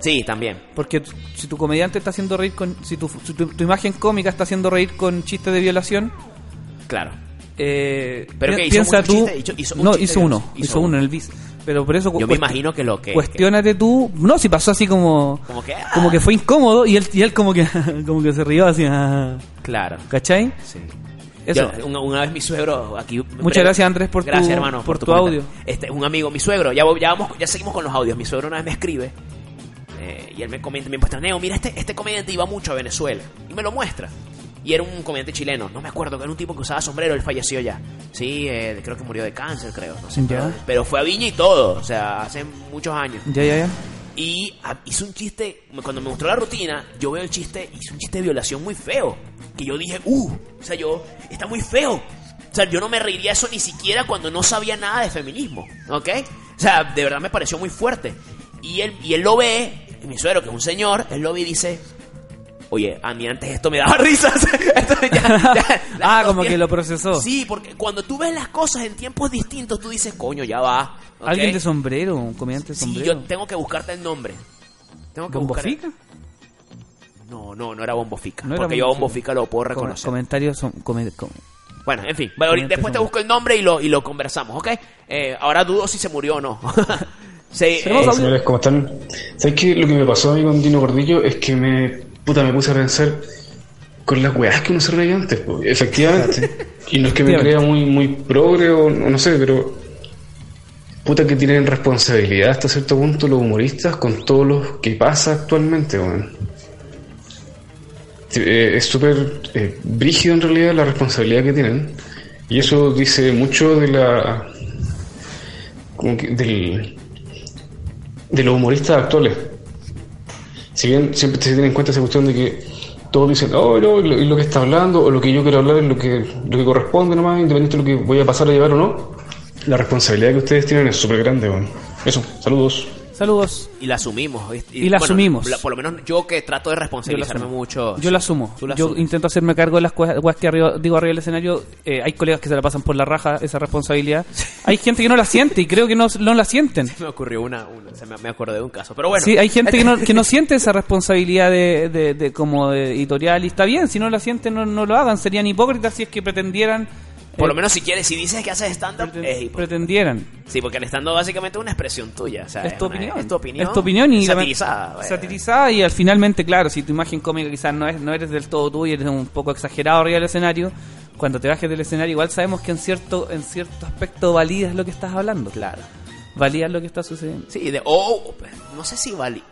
Speaker 2: Sí, también.
Speaker 1: Porque t- si tu comediante está haciendo reír con. Si tu, si tu, tu imagen cómica está haciendo reír con chistes de violación.
Speaker 2: Claro.
Speaker 1: Eh,
Speaker 2: Pero
Speaker 1: pi-
Speaker 2: que hizo
Speaker 1: piensa
Speaker 2: muchos
Speaker 1: tú.
Speaker 2: chistes, hizo- hizo un
Speaker 1: no,
Speaker 2: chiste
Speaker 1: hizo
Speaker 2: de
Speaker 1: uno.
Speaker 2: violación.
Speaker 1: Hizo,
Speaker 2: Hizo
Speaker 1: uno
Speaker 2: uno.
Speaker 1: en el bis. Pero por eso.
Speaker 2: Yo me
Speaker 1: cuest-
Speaker 2: imagino que lo que.
Speaker 1: Cuestiónate tú. No, si pasó así como.
Speaker 2: Como que, ah.
Speaker 1: como que fue incómodo y él, y él como que como que se rió así. ah,
Speaker 2: que- claro.
Speaker 1: ¿Cachai?
Speaker 2: Sí.
Speaker 1: Eso.
Speaker 2: Yo, una, una vez mi suegro aquí.
Speaker 1: Muchas gracias, Andrés, por tu-
Speaker 2: gracias, hermano,
Speaker 1: por tu
Speaker 2: comentario.
Speaker 1: audio.
Speaker 2: Este, un amigo, mi suegro, ya, voy- ya vamos, ya seguimos con los audios. Mi suegro una vez me escribe eh, y él me comenta, me muestra, Neo, mira este, este comediante iba mucho a Venezuela y me lo muestra. Y era un comediante chileno, no me acuerdo, que era un tipo que usaba sombrero, él falleció ya. Sí, eh, creo que murió de cáncer, creo, no sé.
Speaker 1: Ya.
Speaker 2: Pero, pero fue a Viña y todo, o sea, hace muchos años.
Speaker 1: Ya, ya, ya.
Speaker 2: Y ah, hizo un chiste, cuando me mostró la rutina, yo veo el chiste, hizo un chiste de violación muy feo. Que yo dije, uh, o sea, yo, está muy feo. O sea, yo no me reiría eso ni siquiera cuando no sabía nada de feminismo, ¿ok? O sea, de verdad me pareció muy fuerte. Y él, y él lo ve, y mi suegro, que es un señor, él lo ve y dice, oye, a mí antes esto me daba risas. Entonces ya- ya- las
Speaker 1: Ah,
Speaker 2: dos
Speaker 1: como que
Speaker 2: tienen-
Speaker 1: lo procesó.
Speaker 2: Sí, porque cuando tú ves las cosas en tiempos distintos, tú dices, coño, ya va. ¿ok?
Speaker 1: Alguien de sombrero, un comediante de
Speaker 2: Sí,
Speaker 1: sombrero.
Speaker 2: yo tengo que buscarte el nombre. Tengo que
Speaker 1: ¿Bombo
Speaker 2: buscar-
Speaker 1: Fica?
Speaker 2: No, no, no era Bombofica.
Speaker 1: No era
Speaker 2: porque yo
Speaker 1: Bombo
Speaker 2: Bombofica lo puedo
Speaker 1: Com-
Speaker 2: reconocer.
Speaker 1: comentarios son. come- este com-
Speaker 2: bueno, en fin. Bueno, ahorita-
Speaker 1: comenta
Speaker 2: después te
Speaker 1: eso.
Speaker 2: busco el nombre y lo, y lo conversamos, ¿ok? Eh, ahora dudo si se murió o no. Sí, eh,
Speaker 1: Tenemos
Speaker 7: Hola,
Speaker 1: audio.
Speaker 7: señores, ¿cómo están? ¿Sabes qué? Lo que me pasó a mí con Dino Gordillo es que me, puta, me puse a pensar con las weas que uno se reía antes, po. efectivamente. Y no es que me crea
Speaker 1: Efectivamente.
Speaker 7: muy, muy progre o no no sé, pero puta que tienen responsabilidad hasta cierto punto los humoristas con todo lo que pasa actualmente, weón. Sí, eh, es súper eh, brígido en realidad la responsabilidad que tienen. Y eso dice mucho de la. como que del, de los humoristas actuales. Si bien siempre se tiene en cuenta esa cuestión de que todos dicen, oh, no, y lo, y lo que está hablando, o lo que yo quiero hablar es lo que, lo que corresponde nomás, independiente de lo que voy a pasar a llevar o no, la responsabilidad que ustedes tienen es súper grande. weón. Eso, saludos.
Speaker 1: Saludos.
Speaker 2: Y la asumimos. ¿viste?
Speaker 1: Y la asumimos.
Speaker 2: la- por lo menos yo que trato de responsabilizarme
Speaker 1: asumo.
Speaker 2: mucho.
Speaker 1: Yo lo asumo.
Speaker 2: Tú la
Speaker 1: Yo
Speaker 2: asumes.
Speaker 1: intento hacerme cargo de las cua- cosas que arriba, digo arriba del escenario. Eh, hay colegas que se la pasan por la raja esa responsabilidad. Hay gente que no la siente y creo que no, no la sienten.
Speaker 2: Me ocurrió una, una- se me, me acordé de un caso. Pero bueno.
Speaker 1: Sí, hay gente que no, que no siente esa responsabilidad de, de- de como de editorial y está bien, si no la sienten no, no lo hagan, serían hipócritas si es que pretendieran
Speaker 2: Por lo
Speaker 1: eh,
Speaker 2: menos si quieres, si dices que haces stand-up,
Speaker 1: preten-
Speaker 2: es hipo-
Speaker 1: pretendieran.
Speaker 2: Sí, porque el stand-up básicamente es una expresión tuya. O sea,
Speaker 1: es tu
Speaker 2: una-
Speaker 1: opinión.
Speaker 2: Es tu opinión.
Speaker 1: Es tu opinión y
Speaker 2: satirizada. pues. vaya.
Speaker 1: satirizada y al finalmente, claro, si tu imagen cómica quizás no, es, no eres del todo tú y eres un poco exagerado arriba del escenario, cuando te bajes del escenario igual sabemos que en cierto, en cierto aspecto validas lo que estás hablando.
Speaker 2: Claro.
Speaker 1: Validas lo que está sucediendo.
Speaker 2: Sí, de, oh, o- o- pues, no sé si valí.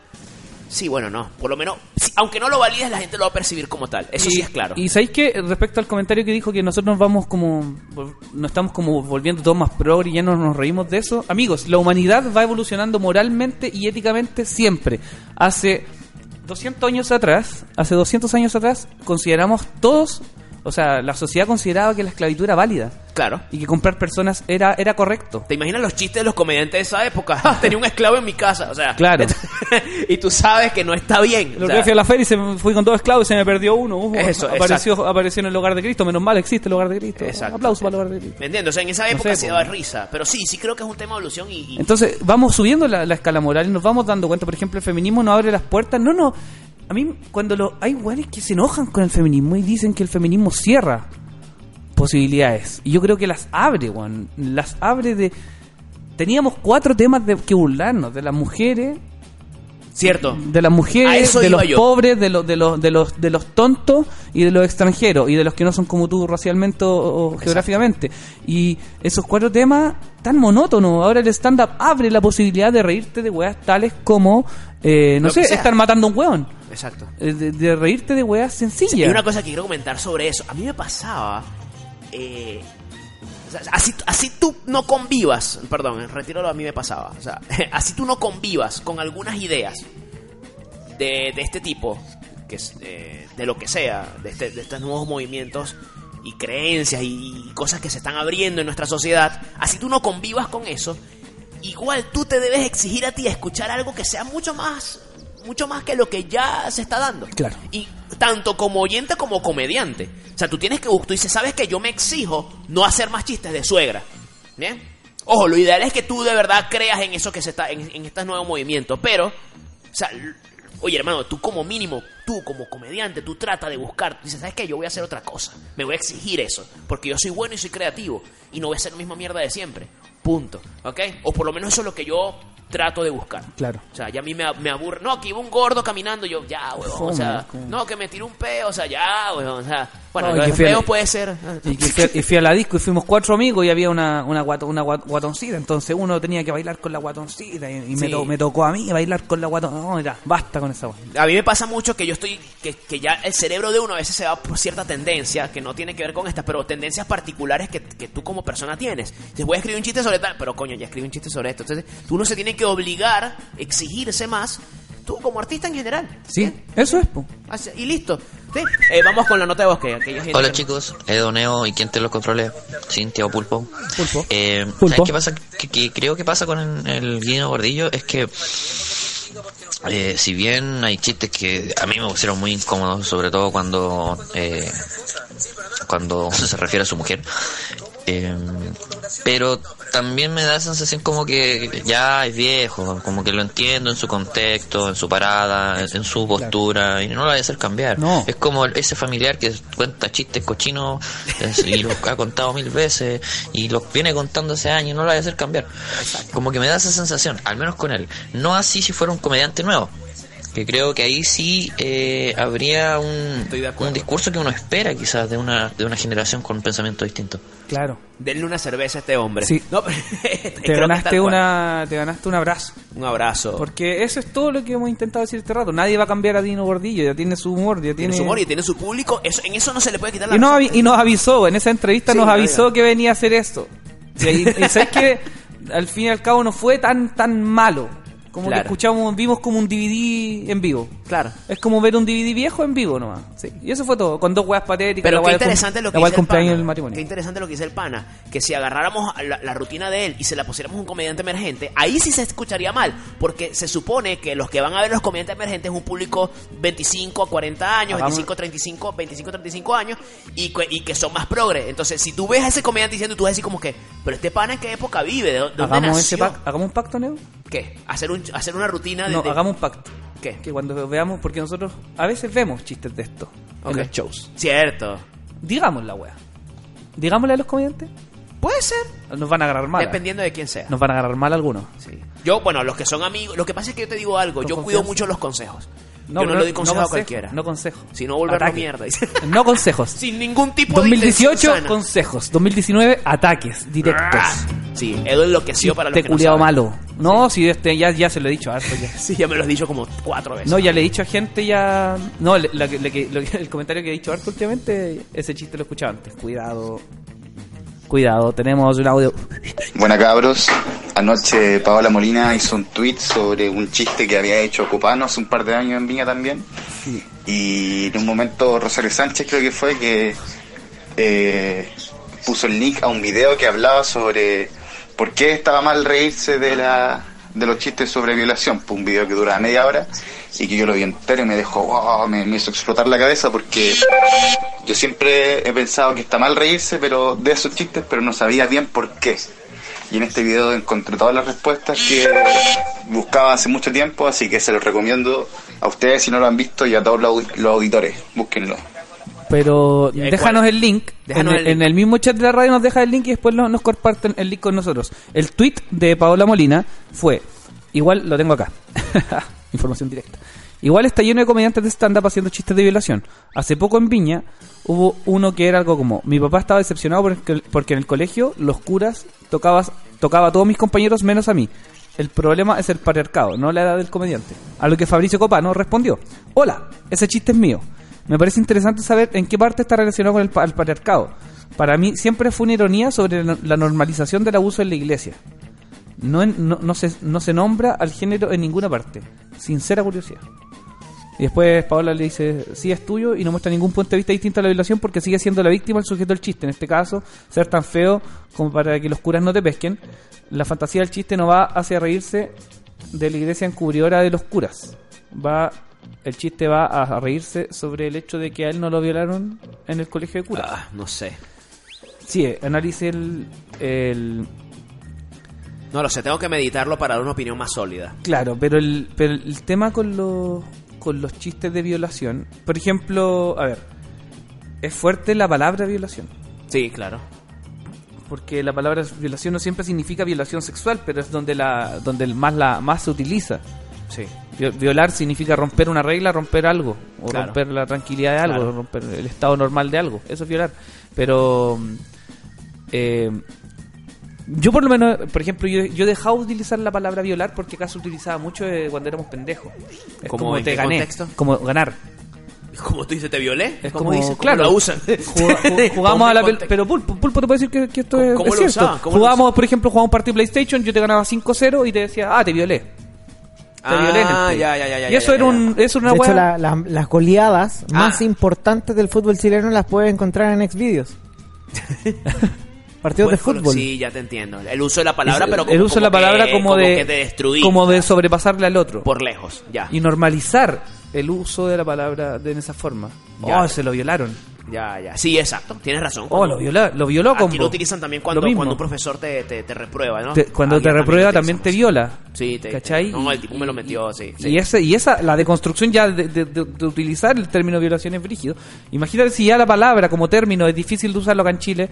Speaker 2: Sí, bueno, no. Por lo menos, si- aunque no lo valides, la gente lo va a percibir como tal. Eso sí es claro.
Speaker 1: Y sabéis que respecto al comentario que dijo que nosotros nos vamos como. vol- nos estamos como volviendo todos más progre y ya no nos reímos de eso. Amigos, la humanidad va evolucionando moralmente y éticamente siempre. Hace 200 años atrás, hace 200 años atrás, consideramos todos. O sea, la sociedad consideraba que la esclavitud era válida
Speaker 2: claro.
Speaker 1: y que comprar personas era, era correcto.
Speaker 2: ¿Te imaginas los chistes de los comediantes de esa época? Ah, Tenía un esclavo en mi casa. O sea,
Speaker 1: Claro.
Speaker 2: y tú sabes que no está bien.
Speaker 1: Lo
Speaker 2: o
Speaker 1: que
Speaker 2: sea,
Speaker 1: fui a la feria y se me- fui con dos esclavos y se me perdió uno. Uh,
Speaker 2: Eso,
Speaker 1: apareció, apareció en el hogar de Cristo. Menos mal existe el hogar de Cristo.
Speaker 2: Exacto.
Speaker 1: Aplauso para el hogar de Cristo.
Speaker 2: ¿Me entiendes? O sea, en esa época
Speaker 1: sé,
Speaker 2: se
Speaker 1: po.
Speaker 2: daba risa. Pero sí, sí creo que es un tema de evolución y. y-
Speaker 1: Entonces vamos subiendo la, la escala moral y nos vamos dando cuenta, por ejemplo, el feminismo no abre las puertas. No, no. A mí cuando lo hay güeyes que se enojan con el feminismo y dicen que el feminismo cierra posibilidades. Y yo creo que las abre, Juan. Las abre de... Teníamos cuatro temas de que burlarnos, de las mujeres,
Speaker 2: Cierto.
Speaker 1: de las
Speaker 2: A
Speaker 1: mujeres,
Speaker 2: eso
Speaker 1: de
Speaker 2: iba
Speaker 1: los
Speaker 2: yo.
Speaker 1: pobres, de los de los de los de los tontos y de los extranjeros y de los que no son como tú racialmente o, o geográficamente. Y esos cuatro temas tan monótonos. Ahora el stand up abre la posibilidad de reírte de weas tales como eh, no
Speaker 2: Lo
Speaker 1: sé,
Speaker 2: que sea.
Speaker 1: están matando a un weón.
Speaker 2: Exacto.
Speaker 1: Eh, De, de reírte de weas
Speaker 2: Y
Speaker 1: sencillas.
Speaker 2: una cosa que quiero comentar sobre eso. A mí me pasaba. eh, o sea, así, así tú no convivas. Perdón, retíralo, a mí me pasaba. O sea, así tú no convivas con algunas ideas de, de este tipo, que es, eh, de lo que sea, de, este- de estos nuevos movimientos y creencias y, y cosas que se están abriendo en nuestra sociedad, así tú no convivas con eso, igual tú te debes exigir a ti a escuchar algo que sea mucho más, mucho más que lo que ya se está dando.
Speaker 1: Claro.
Speaker 2: Y tanto como oyente como comediante. O sea, tú tienes que, tú dices, sabes que yo me exijo no hacer más chistes de suegra. Bien. Ojo, lo ideal es que tú de verdad creas en eso que se está, en, en estos nuevos movimientos, pero o sea, l- oye, hermano, tú como mínimo, tú como comediante, tú trata de buscar. Tú dices, ¿sabes qué? Yo voy a hacer otra cosa. Me voy a exigir eso. Porque yo soy bueno y soy creativo. Y no voy a hacer la misma mierda de siempre. Punto. ¿Ok? O por lo menos eso es lo que yo trato de buscar.
Speaker 1: Claro.
Speaker 2: O sea, ya a mí me, ab- me aburre. No, que iba un gordo caminando. Yo, ya, weón. o
Speaker 1: Fome,
Speaker 2: sea,
Speaker 1: como-
Speaker 2: no, que me tiró un peo. O sea, ya, weón. O sea, bueno,
Speaker 1: No, y
Speaker 2: el
Speaker 1: que fui al-
Speaker 2: peo puede ser. Ah.
Speaker 1: Y, que fui, y fui a la disco y fuimos cuatro amigos y había una, una, guato- una guat- guatoncita, entonces uno tenía que bailar con la guatoncita y, y me,
Speaker 2: Sí.
Speaker 1: to- me tocó a mí bailar con la guatoncita. No, ya, basta con esa guatoncita.
Speaker 2: A mí me pasa mucho que yo estoy, que, que ya el cerebro de uno a veces se va por cierta tendencia, que no tiene que ver con estas, pero tendencias particulares que, que tú como persona tienes. Dices, voy a escribir un chiste sobre tal, pero coño, ya escribí un chiste sobre esto. Entonces, uno se tiene que obligar, exigirse más, tú como artista en general.
Speaker 1: Sí,
Speaker 2: ¿Bien?
Speaker 1: eso es, po.
Speaker 2: Así- Y listo. Sí. Eh, vamos con la nota de bosque. aquellos-
Speaker 8: Hola chicos, Edoneo y quien te los controles, Cintia o Pulpo.
Speaker 1: Pulpo.
Speaker 8: Eh,
Speaker 1: Pulpo.
Speaker 8: ¿Sabes qué pasa? Que, que creo que pasa con el Guino Gordillo es que eh, si bien hay chistes que a mí me pusieron muy incómodos, sobre todo cuando eh, cuando se refiere a su mujer, eh, pero también me da la sensación como que ya es viejo, como que lo entiendo en su contexto, en su parada, en su postura, y no lo voy a hacer cambiar.
Speaker 1: No.
Speaker 8: Es como el- ese familiar que cuenta chistes cochinos es- y los ha contado mil veces y los viene contando hace años, no lo voy a hacer cambiar. Como que me da esa sensación, al menos con él. No así si fuera un comediante nuevo. Que creo que ahí sí eh, habría un,
Speaker 2: Estoy de acuerdo.
Speaker 8: un discurso que uno espera quizás de una, de una generación con pensamiento distinto.
Speaker 1: Claro.
Speaker 2: Denle una cerveza a este hombre.
Speaker 1: Sí.
Speaker 2: No, pero-
Speaker 1: Te
Speaker 2: creo que tal
Speaker 1: ganaste,
Speaker 2: cual.
Speaker 1: una, te ganaste un abrazo.
Speaker 2: Un abrazo.
Speaker 1: Porque eso es todo lo que hemos intentado decir este rato. Nadie va a cambiar a Dino Gordillo, ya tiene su humor, ya
Speaker 2: Tiene
Speaker 1: tiene...
Speaker 2: su humor y tiene su público. Eso, en eso no se le puede quitar la
Speaker 1: y, nos
Speaker 2: razón.
Speaker 1: avi- y nos avisó, en esa entrevista
Speaker 2: Sí,
Speaker 1: nos
Speaker 2: no,
Speaker 1: avisó
Speaker 2: ya.
Speaker 1: que venía a hacer esto. Y, y- y sabes que al fin y al cabo no fue tan tan malo. Como
Speaker 2: Claro.
Speaker 1: que escuchamos, vimos como un DVD en vivo.
Speaker 2: Claro.
Speaker 1: Es como ver un DVD viejo en vivo nomás. Sí. Y eso fue todo, con dos weas patéticas.
Speaker 2: Pero
Speaker 1: la
Speaker 2: qué
Speaker 1: wea del cum-
Speaker 2: interesante lo que
Speaker 1: la wea
Speaker 2: dice
Speaker 1: del
Speaker 2: el pana.
Speaker 1: cumpleaños del matrimonio.
Speaker 2: Qué interesante lo que dice el pana. Que si agarráramos a la, la rutina de él y se la pusiéramos a un comediante emergente, ahí sí se escucharía mal. Porque se supone que los que van a ver los comediantes emergentes es un público 25 a 40 años,
Speaker 1: Hagamos-
Speaker 2: 25 a 35, 25 a 35 años y, que- y que son más progres. Entonces, si tú ves a ese comediante diciendo, tú vas a decir como que, pero este pana en qué época vive, de, dó- de dónde
Speaker 1: Hagamos, ese
Speaker 2: nació?
Speaker 1: pac- hagamos un pacto, Neo.
Speaker 2: ¿Qué? Hacer, un, hacer una rutina Ah, de.
Speaker 1: No,
Speaker 2: de-
Speaker 1: hagamos un pacto.
Speaker 2: ¿Qué?
Speaker 1: Que cuando veamos, porque nosotros a veces vemos chistes de esto
Speaker 2: Ok.
Speaker 1: en los shows.
Speaker 2: Cierto.
Speaker 1: Digamos la wea. Digámosle a los comediantes.
Speaker 2: Puede ser.
Speaker 1: Nos van a agarrar mal.
Speaker 2: Dependiendo de quién sea.
Speaker 1: Nos van a agarrar mal algunos.
Speaker 2: Sí. Yo, bueno, los que son amigos, lo que pasa es que yo te digo algo,
Speaker 1: Con
Speaker 2: yo cuido
Speaker 1: confianza.
Speaker 2: mucho los consejos. yo no,
Speaker 1: pero
Speaker 2: le doy consejo a
Speaker 1: consejo,
Speaker 2: cualquiera.
Speaker 1: No consejo.
Speaker 2: Si no, volverlo
Speaker 1: Ataque.
Speaker 2: mierda.
Speaker 1: No consejos.
Speaker 2: Sin ningún tipo de
Speaker 1: 2018,
Speaker 2: intención sana.
Speaker 1: consejos. 2019, ataques directos.
Speaker 2: Ah. Sí, Edo enloqueció para los
Speaker 1: Te
Speaker 2: que no
Speaker 1: culiado
Speaker 2: saben.
Speaker 1: malo. No, si este, ya, ya se lo he dicho harto ya.
Speaker 2: Sí, ya me lo has dicho como cuatro veces.
Speaker 1: No, ya le he dicho a gente ya. No, le- la que- la que- lo que- el comentario que he dicho harto últimamente, ese chiste lo he escuchado antes. Cuidado. Cuidado, tenemos un audio.
Speaker 9: Buena cabros, anoche Paola Molina hizo un tweet sobre un chiste que había hecho Copano hace un par de años en Viña también. Y en un momento Rosario Sánchez creo que fue que eh, puso el link a un video que hablaba sobre por qué estaba mal reírse de la de los chistes sobre violación, Fue un video que duraba media hora y que yo lo vi entero y me dejó, wow, me, me hizo explotar la cabeza porque yo siempre he pensado que está mal reírse pero de esos chistes, pero no sabía bien por qué. Y en este video encontré todas las respuestas que buscaba hace mucho tiempo, así que se los recomiendo a ustedes si no lo han visto y a todos los audi- los auditores. Búsquenlo.
Speaker 1: Pero
Speaker 2: Ya, ¿y
Speaker 1: déjanos
Speaker 2: cuál?
Speaker 1: el link.
Speaker 2: Déjanos
Speaker 1: en,
Speaker 2: el
Speaker 1: el,
Speaker 2: link.
Speaker 1: en el mismo chat de la radio nos deja el link y después lo- nos comparten el link con nosotros. El tweet de Paola Molina fue. Igual lo tengo acá. Información directa. Igual está lleno de comediantes de stand-up haciendo chistes de violación. Hace poco en Viña hubo uno que era algo como: Mi papá estaba decepcionado porque, porque en el colegio los curas tocabas, tocaba a todos mis compañeros menos a mí. El problema es el patriarcado, no la edad del comediante. A lo que Fabricio Copano respondió: Hola, ese chiste es mío. Me parece interesante saber en qué parte está relacionado con el, pa- el patriarcado. Para mí siempre fue una ironía sobre la- la normalización del abuso en la iglesia. No, en- no, no se, no se nombra al género en ninguna parte. Sincera curiosidad. Y después Paola le dice, sí es tuyo y no muestra ningún punto de vista distinto a la violación porque sigue siendo la víctima el sujeto del chiste. En este caso, ser tan feo como para que los curas no te pesquen. La fantasía del chiste no va hacia reírse de la iglesia encubridora de los curas. Va, el chiste va a reírse sobre el hecho de que a él no lo violaron en el colegio de curas.
Speaker 2: Ah, no sé.
Speaker 1: Sí, eh, analice el- el,
Speaker 2: No lo sé, tengo que meditarlo para dar una opinión más sólida.
Speaker 1: Claro, pero el, pero el tema con los, con los chistes de violación, por ejemplo, a ver, es fuerte la palabra violación,
Speaker 2: Sí, claro.
Speaker 1: porque la palabra violación no siempre significa violación sexual, pero es donde la donde el más la más se utiliza.
Speaker 2: Sí.
Speaker 1: Vi- Violar significa romper una regla, romper algo, o
Speaker 2: Claro.
Speaker 1: romper la tranquilidad de algo,
Speaker 2: Claro.
Speaker 1: o romper el estado normal de algo, eso es violar. Pero eh, yo por lo menos, por ejemplo, yo, yo dejaba utilizar la palabra violar porque acá se utilizaba mucho eh, cuando éramos pendejos. Es
Speaker 2: ¿Cómo,
Speaker 1: como
Speaker 2: en
Speaker 1: te
Speaker 2: qué
Speaker 1: gané,
Speaker 2: contexto?
Speaker 1: como ganar.
Speaker 2: Como tú dices, te violé.
Speaker 1: Es
Speaker 2: ¿Cómo
Speaker 1: como-
Speaker 2: dices,
Speaker 1: claro.
Speaker 2: claro. la usan.
Speaker 1: Ju- ju- jugamos a la pel-
Speaker 2: Ponte en
Speaker 1: pero Pulpo, Pulpo te puede decir que, que esto
Speaker 2: ¿Cómo-
Speaker 1: es,
Speaker 2: cómo
Speaker 1: es
Speaker 2: lo
Speaker 1: cierto.
Speaker 2: usaban? ¿Cómo lo
Speaker 1: Jugamos,
Speaker 2: usaban?
Speaker 1: por ejemplo, jugamos un partido de PlayStation, yo te ganaba 5-0 y te decía, "Ah, te violé." Te
Speaker 2: Ah,
Speaker 1: violé en el play.
Speaker 2: ya, ya, ya,
Speaker 1: este. Y
Speaker 2: ya,
Speaker 1: eso
Speaker 2: ya, Ah,
Speaker 1: era
Speaker 2: ya.
Speaker 1: un eso era una
Speaker 4: de hecho,
Speaker 1: hueá-
Speaker 4: la- la- las goleadas más importantes del fútbol chileno las puedes encontrar en Xvideos. Partidos
Speaker 2: Buen
Speaker 4: de
Speaker 2: fútbol.
Speaker 4: fútbol.
Speaker 2: Pues, Sí, ya te entiendo. El uso de la palabra,
Speaker 1: Es-
Speaker 2: pero como,
Speaker 1: el uso de
Speaker 2: como
Speaker 1: la palabra
Speaker 2: que-
Speaker 1: como de
Speaker 2: que te destruí
Speaker 1: como de sobrepasarle al otro
Speaker 2: por lejos, ya.
Speaker 1: y normalizar el uso de la palabra de en esa forma.
Speaker 2: Ya.
Speaker 1: Oh, se lo violaron.
Speaker 2: Ya, ya. Sí, exacto. Tienes razón.
Speaker 1: Oh, lo violó, lo violó
Speaker 2: Aquí
Speaker 1: con
Speaker 2: lo utilizan también cuando,
Speaker 1: Lo mismo.
Speaker 2: cuando un profesor te, te, te reprueba, ¿no?
Speaker 1: Te- cuando
Speaker 2: Aquí
Speaker 1: te reprueba también
Speaker 2: lo
Speaker 1: te
Speaker 2: utilizamos.
Speaker 1: viola.
Speaker 2: Sí, te,
Speaker 1: ¿Cachai?
Speaker 2: te- no, el tipo me lo metió, sí. sí.
Speaker 1: Y, ese, y esa, la deconstrucción ya de, de- de- de utilizar el término violación es brígido. Imagínate si ya la palabra como término es difícil de usarlo acá en Chile.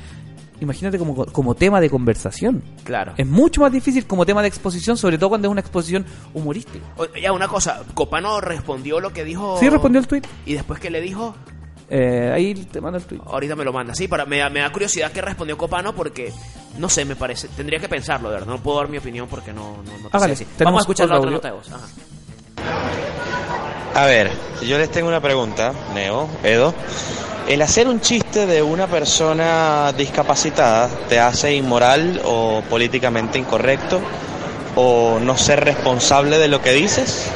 Speaker 1: Imagínate como, como tema de conversación.
Speaker 2: Claro.
Speaker 1: Es mucho más difícil como tema de exposición, sobre todo cuando es una exposición humorística.
Speaker 2: O- Ya, una cosa. Copano respondió lo que dijo.
Speaker 1: Sí, respondió el tweet.
Speaker 2: Y después que le dijo,
Speaker 1: Eh, ahí te mando el tweet.
Speaker 2: ahorita me lo manda. Sí, para, me, da- me da curiosidad que respondió Copano porque, no sé, me parece. Tendría que pensarlo, de verdad. No puedo dar mi opinión porque no, no, no te
Speaker 1: Hágale,
Speaker 2: sé decir.
Speaker 1: Ah, tenemos
Speaker 2: Vamos a escuchar la
Speaker 1: otro
Speaker 2: otra nota
Speaker 1: audio.
Speaker 2: de voz. Ajá.
Speaker 10: A ver, yo les tengo una pregunta, Neo, Edo. ¿El hacer un chiste de una persona discapacitada te hace inmoral o políticamente incorrecto? ¿O no ser responsable de lo que dices?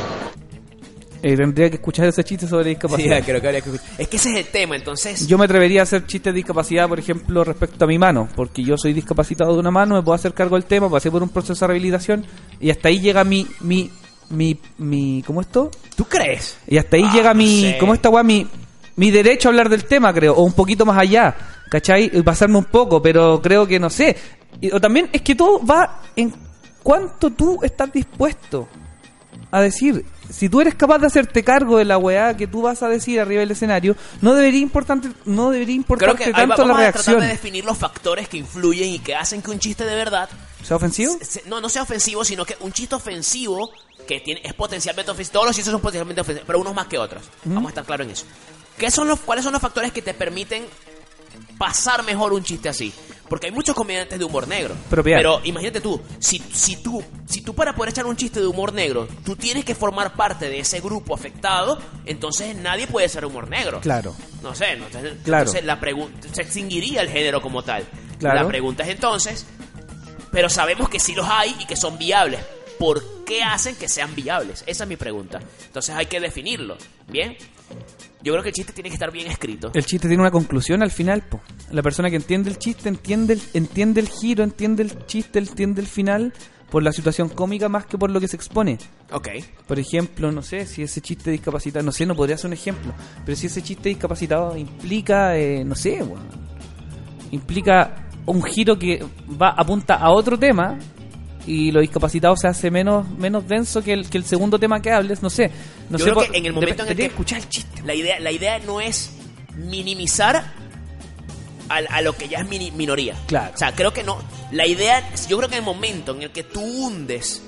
Speaker 1: Eh, tendría que escuchar ese chiste sobre discapacidad.
Speaker 2: Sí, creo que habría que escuchar. Es que ese es el tema, entonces.
Speaker 1: Yo me atrevería a hacer chistes de discapacidad, por ejemplo, respecto a mi mano, porque yo soy discapacitado de una mano, me puedo hacer cargo del tema, pasé por un proceso de rehabilitación y hasta ahí llega mi, mi, mi, mi, ¿cómo esto?
Speaker 2: ¿Tú crees?
Speaker 1: Y hasta ahí
Speaker 2: Ah,
Speaker 1: llega mi,
Speaker 2: sí.
Speaker 1: ¿cómo esta weá? Mi, mi derecho a hablar del tema, creo, o un poquito más allá, ¿cachai? Y pasarme un poco, pero creo que no sé. Y- o también es que todo va en cuánto tú estás dispuesto a decir. Si tú eres capaz de hacerte cargo de la weá que tú vas a decir arriba del escenario, no debería importante, no debería
Speaker 2: Creo
Speaker 1: importarte
Speaker 2: que ahí va-
Speaker 1: tanto
Speaker 2: vamos
Speaker 1: la
Speaker 2: a tratar
Speaker 1: reacción.
Speaker 2: de definir los factores que influyen y que hacen que un chiste de verdad
Speaker 1: ¿Se ha ofensivo?
Speaker 2: se- se- no, no sea ofensivo, sino que un chiste ofensivo que tiene, es potencialmente ofensivo. Todos los chistes son potencialmente ofensivos, pero unos más que otros. Vamos a estar claros en eso. ¿Qué son los, ¿Cuáles son los factores que te permiten pasar mejor un chiste así? Porque hay muchos comediantes de humor negro.
Speaker 1: Propiedad.
Speaker 2: Pero imagínate tú, si, si tú, si tú para poder echar un chiste de humor negro, tú tienes que formar parte de ese grupo afectado, entonces nadie puede ser humor negro.
Speaker 1: Claro.
Speaker 2: No sé, no, entonces,
Speaker 1: Claro.
Speaker 2: entonces la pregunta se extinguiría el género como tal.
Speaker 1: Claro.
Speaker 2: La pregunta es entonces, pero sabemos que sí los hay y que son viables. ¿Por qué hacen que sean viables? Esa es mi pregunta. Entonces hay que definirlo, ¿bien? Yo creo que el chiste tiene que estar bien escrito.
Speaker 1: El chiste tiene una conclusión al final, po. La persona que entiende el chiste entiende el, entiende el giro, entiende el chiste, entiende el final por la situación cómica más que por lo que se expone.
Speaker 2: Ok.
Speaker 1: Por ejemplo, no sé, si ese chiste discapacitado, no sé, no podría ser un ejemplo, pero si ese chiste discapacitado implica, eh, no sé, weón, implica un giro que va apunta a otro tema y lo discapacitado se hace menos menos denso que el, que el segundo tema que hables, no sé. No
Speaker 2: Yo
Speaker 1: sé,
Speaker 2: creo
Speaker 1: po-
Speaker 2: que en el momento en el
Speaker 1: dependería
Speaker 2: que
Speaker 1: de escuchar el chiste.
Speaker 2: La idea, la idea no es minimizar al- a, lo que ya es mini- minoría.
Speaker 1: Claro.
Speaker 2: O sea, creo que no. La idea, yo creo que en el momento en el que tú hundes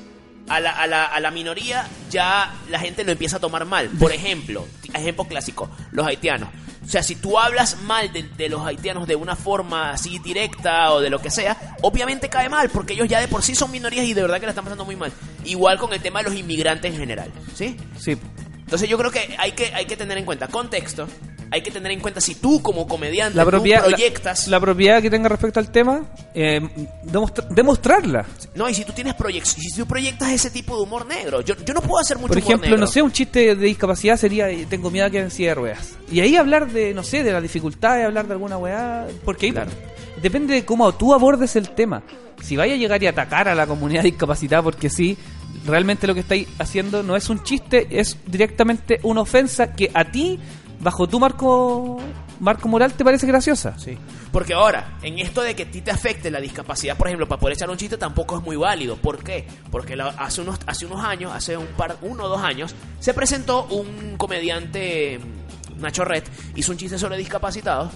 Speaker 2: a la, a la- a la minoría ya la gente lo empieza a tomar mal. Por ejemplo, t- ejemplo clásico, los haitianos. O sea, si tú hablas mal de, de los haitianos de una forma así directa o de lo que sea, obviamente cae mal, porque ellos ya de por sí son minorías y de verdad que la están pasando muy mal. Igual con el tema de los inmigrantes en general, ¿sí?
Speaker 1: Sí.
Speaker 2: Entonces yo creo que hay que, hay que tener en cuenta contexto, hay que tener en cuenta si tú como comediante
Speaker 1: La
Speaker 2: tú
Speaker 1: propiedad, la-
Speaker 2: proyectas...
Speaker 1: la, propiedad que tenga respecto al tema, eh, demostra- demostrarla.
Speaker 2: No, y si tú tienes proyectos, si tú proyectas ese tipo de humor negro, yo, yo no puedo hacer mucho
Speaker 1: Por
Speaker 2: humor
Speaker 1: ejemplo, no
Speaker 2: negro.
Speaker 1: sé, un chiste de discapacidad sería eh, tengo miedo a que en silla de ruedas. Y ahí hablar de, no sé, de las dificultades, hablar de alguna weá, porque ahí depende de cómo tú abordes el tema. Si vaya a llegar y atacar a la comunidad discapacitada porque sí, realmente lo que estáis haciendo no es un chiste, es directamente una ofensa que a ti, bajo tu marco marco moral, te parece graciosa.
Speaker 2: Sí. Porque ahora, en esto de que a ti te afecte la discapacidad, por ejemplo, para poder echar un chiste tampoco es muy válido. ¿Por qué? Porque la- hace, unos, hace unos años, hace un par, uno o dos años, se presentó un comediante, mm, Nacho Red, hizo un chiste sobre discapacitados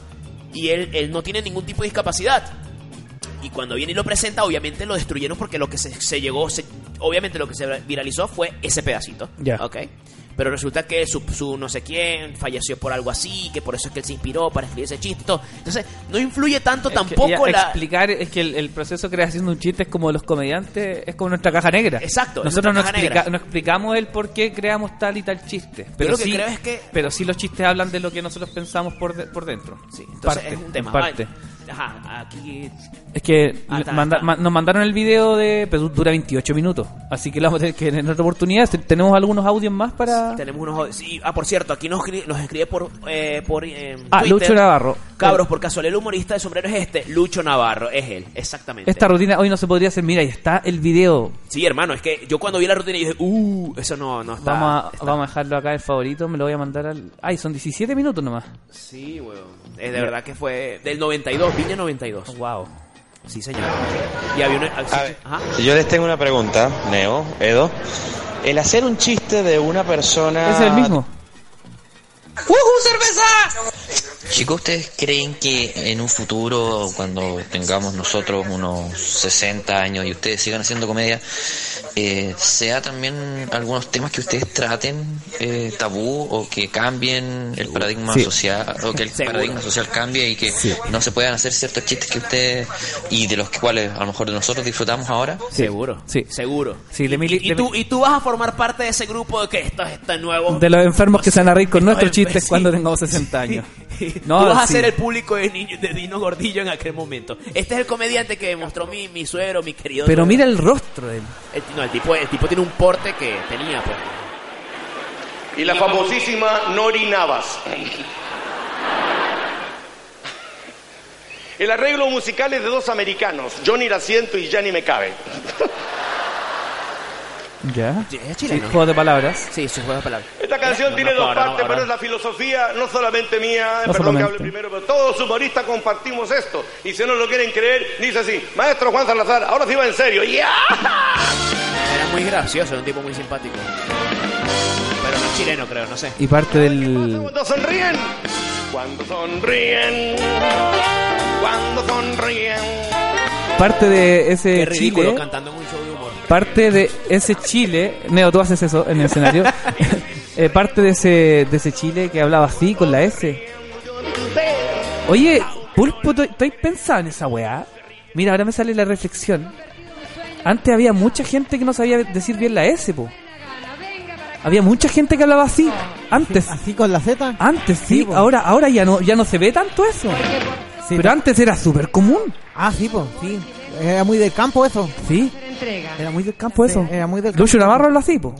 Speaker 2: y él, él no tiene ningún tipo de discapacidad. Y cuando viene y lo presenta, obviamente lo destruyeron porque lo que se, se llegó, se- obviamente lo que se viralizó fue ese pedacito.
Speaker 1: Ya.
Speaker 2: ¿ok? Pero resulta que su, su no sé quién falleció por algo así, que por eso es que él se inspiró para escribir ese chiste. y todo. Entonces, no influye tanto tampoco
Speaker 1: Ya,
Speaker 2: la...
Speaker 1: explicar es que el, el proceso de creación de un chiste es como los comediantes es como nuestra caja negra
Speaker 2: Exacto, es
Speaker 1: nosotros no,
Speaker 2: nuestra caja
Speaker 1: explica-
Speaker 2: negra.
Speaker 1: no explicamos el por qué creamos tal y tal chiste pero
Speaker 2: lo que
Speaker 1: sí
Speaker 2: creo es que-
Speaker 1: pero sí los chistes hablan de lo que nosotros pensamos por de- por dentro
Speaker 2: Sí, entonces
Speaker 1: Parte,
Speaker 2: es un tema.
Speaker 1: parte.
Speaker 2: Ay, Ajá, aquí...
Speaker 1: es que
Speaker 2: Ah, está,
Speaker 1: manda-
Speaker 2: está.
Speaker 1: ma- nos mandaron el video de pero dura 28 minutos así que lo vamos a tener que en otra oportunidad te- tenemos algunos audios más para
Speaker 2: Tenemos unos... Sí, ah, por cierto, aquí nos, escri- nos escribe por... eh, por eh,
Speaker 1: ah
Speaker 2: Twitter.
Speaker 1: Lucho Navarro
Speaker 2: Cabros, por casualidad el humorista de sombrero es este, Lucho Navarro, es él, exactamente.
Speaker 1: esta rutina hoy no se podría hacer mira ahí está el video
Speaker 2: Sí, hermano, es que yo cuando vi la rutina yo dije, uh, eso no, no está.
Speaker 1: Vamos a, vamos a dejarlo acá en favorito, me lo voy a mandar al... Ay, son 17 minutos nomás.
Speaker 2: Sí, weón. Es de verdad que fue del 92, Viña 92.
Speaker 1: Oh, Wow.
Speaker 2: Sí, señor. Y había una. ah, sí, sí, ajá.
Speaker 10: Yo les tengo una pregunta, Neo, Edo. El hacer un chiste de una persona...
Speaker 1: ¿Es el mismo?
Speaker 8: Chicos, ¿ustedes creen que en un futuro, cuando tengamos nosotros unos 60 años y ustedes sigan haciendo comedia, eh, sea también algunos temas que ustedes traten eh, tabú o que cambien el paradigma
Speaker 1: Sí.
Speaker 8: social, o que el
Speaker 2: Seguro.
Speaker 8: paradigma social cambie y que
Speaker 1: Sí.
Speaker 8: no se puedan hacer ciertos chistes que ustedes y de los cuales a lo mejor nosotros disfrutamos ahora?
Speaker 2: Seguro.
Speaker 1: Sí.
Speaker 2: Seguro.
Speaker 1: Sí, de mili-
Speaker 2: y, y
Speaker 1: de
Speaker 2: tú,
Speaker 1: mi-
Speaker 2: y tú vas a formar parte de ese grupo de que estos están nuevos.
Speaker 1: De los enfermos que se van a reír con
Speaker 2: Estos
Speaker 1: nuestros chistes
Speaker 2: enfer-
Speaker 1: cuando
Speaker 2: sí.
Speaker 1: tengamos 60 años.
Speaker 2: tú vas a
Speaker 1: sí.
Speaker 2: ser el público de, niño- de Dino Gordillo en aquel momento. Este es el comediante que mostró mi, mi suero, mi querido.
Speaker 1: Pero
Speaker 2: suero.
Speaker 1: mira el rostro de él.
Speaker 2: El, no, el tipo, el tipo tiene un porte que tenía, pues.
Speaker 5: Y la famosísima Nori Navas. El arreglo musical es de dos americanos, Johnny Laciento y Gianni Me Cabe.
Speaker 1: ¿Ya?
Speaker 2: Sí, es
Speaker 1: Sí,
Speaker 2: chileno.
Speaker 1: juego de palabras.
Speaker 2: Sí, su juego de palabras.
Speaker 5: Esta canción
Speaker 2: No,
Speaker 5: tiene
Speaker 2: no,
Speaker 5: dos
Speaker 2: ahora no,
Speaker 5: partes,
Speaker 2: ahora
Speaker 5: pero
Speaker 2: no.
Speaker 5: es la filosofía no solamente mía, eh,
Speaker 1: No
Speaker 5: perdón que
Speaker 1: solamente.
Speaker 5: hable primero, pero todos los humoristas compartimos esto. Y si no lo quieren creer, dice así, maestro Juan Salazar, ahora sí va en serio. ¡Ya!
Speaker 2: Era muy gracioso, era un tipo muy simpático. Pero no es chileno, creo, no sé.
Speaker 1: Y parte del...
Speaker 5: Cuando sonríen, cuando sonríen, cuando sonríen.
Speaker 1: Parte de ese
Speaker 2: Qué ridículo
Speaker 1: Chile...
Speaker 2: cantando en un show de humor.
Speaker 1: Parte de ese Chile... Neo, tú haces eso en el escenario. Eh, parte de ese, de ese Chile que hablaba así, con la S. Oye, Pulpo, ¿tú- ¿tú has pensado en esa weá? Mira, ahora me sale la reflexión. Antes había mucha gente que no sabía decir bien la S, po. Había mucha gente que hablaba así. Antes.
Speaker 4: Así con la Z.
Speaker 1: Antes sí,
Speaker 4: Sí, po.
Speaker 1: ahora ahora ya no ya no se ve tanto eso.
Speaker 4: Sí,
Speaker 1: Pero antes era súper común,
Speaker 4: Ah, sí, pues, sí. Era muy del campo eso.
Speaker 1: ¿sí? Era muy del campo eso.
Speaker 4: Sí, era muy del
Speaker 1: Lucho
Speaker 4: campo.
Speaker 1: Navarro habla así, po.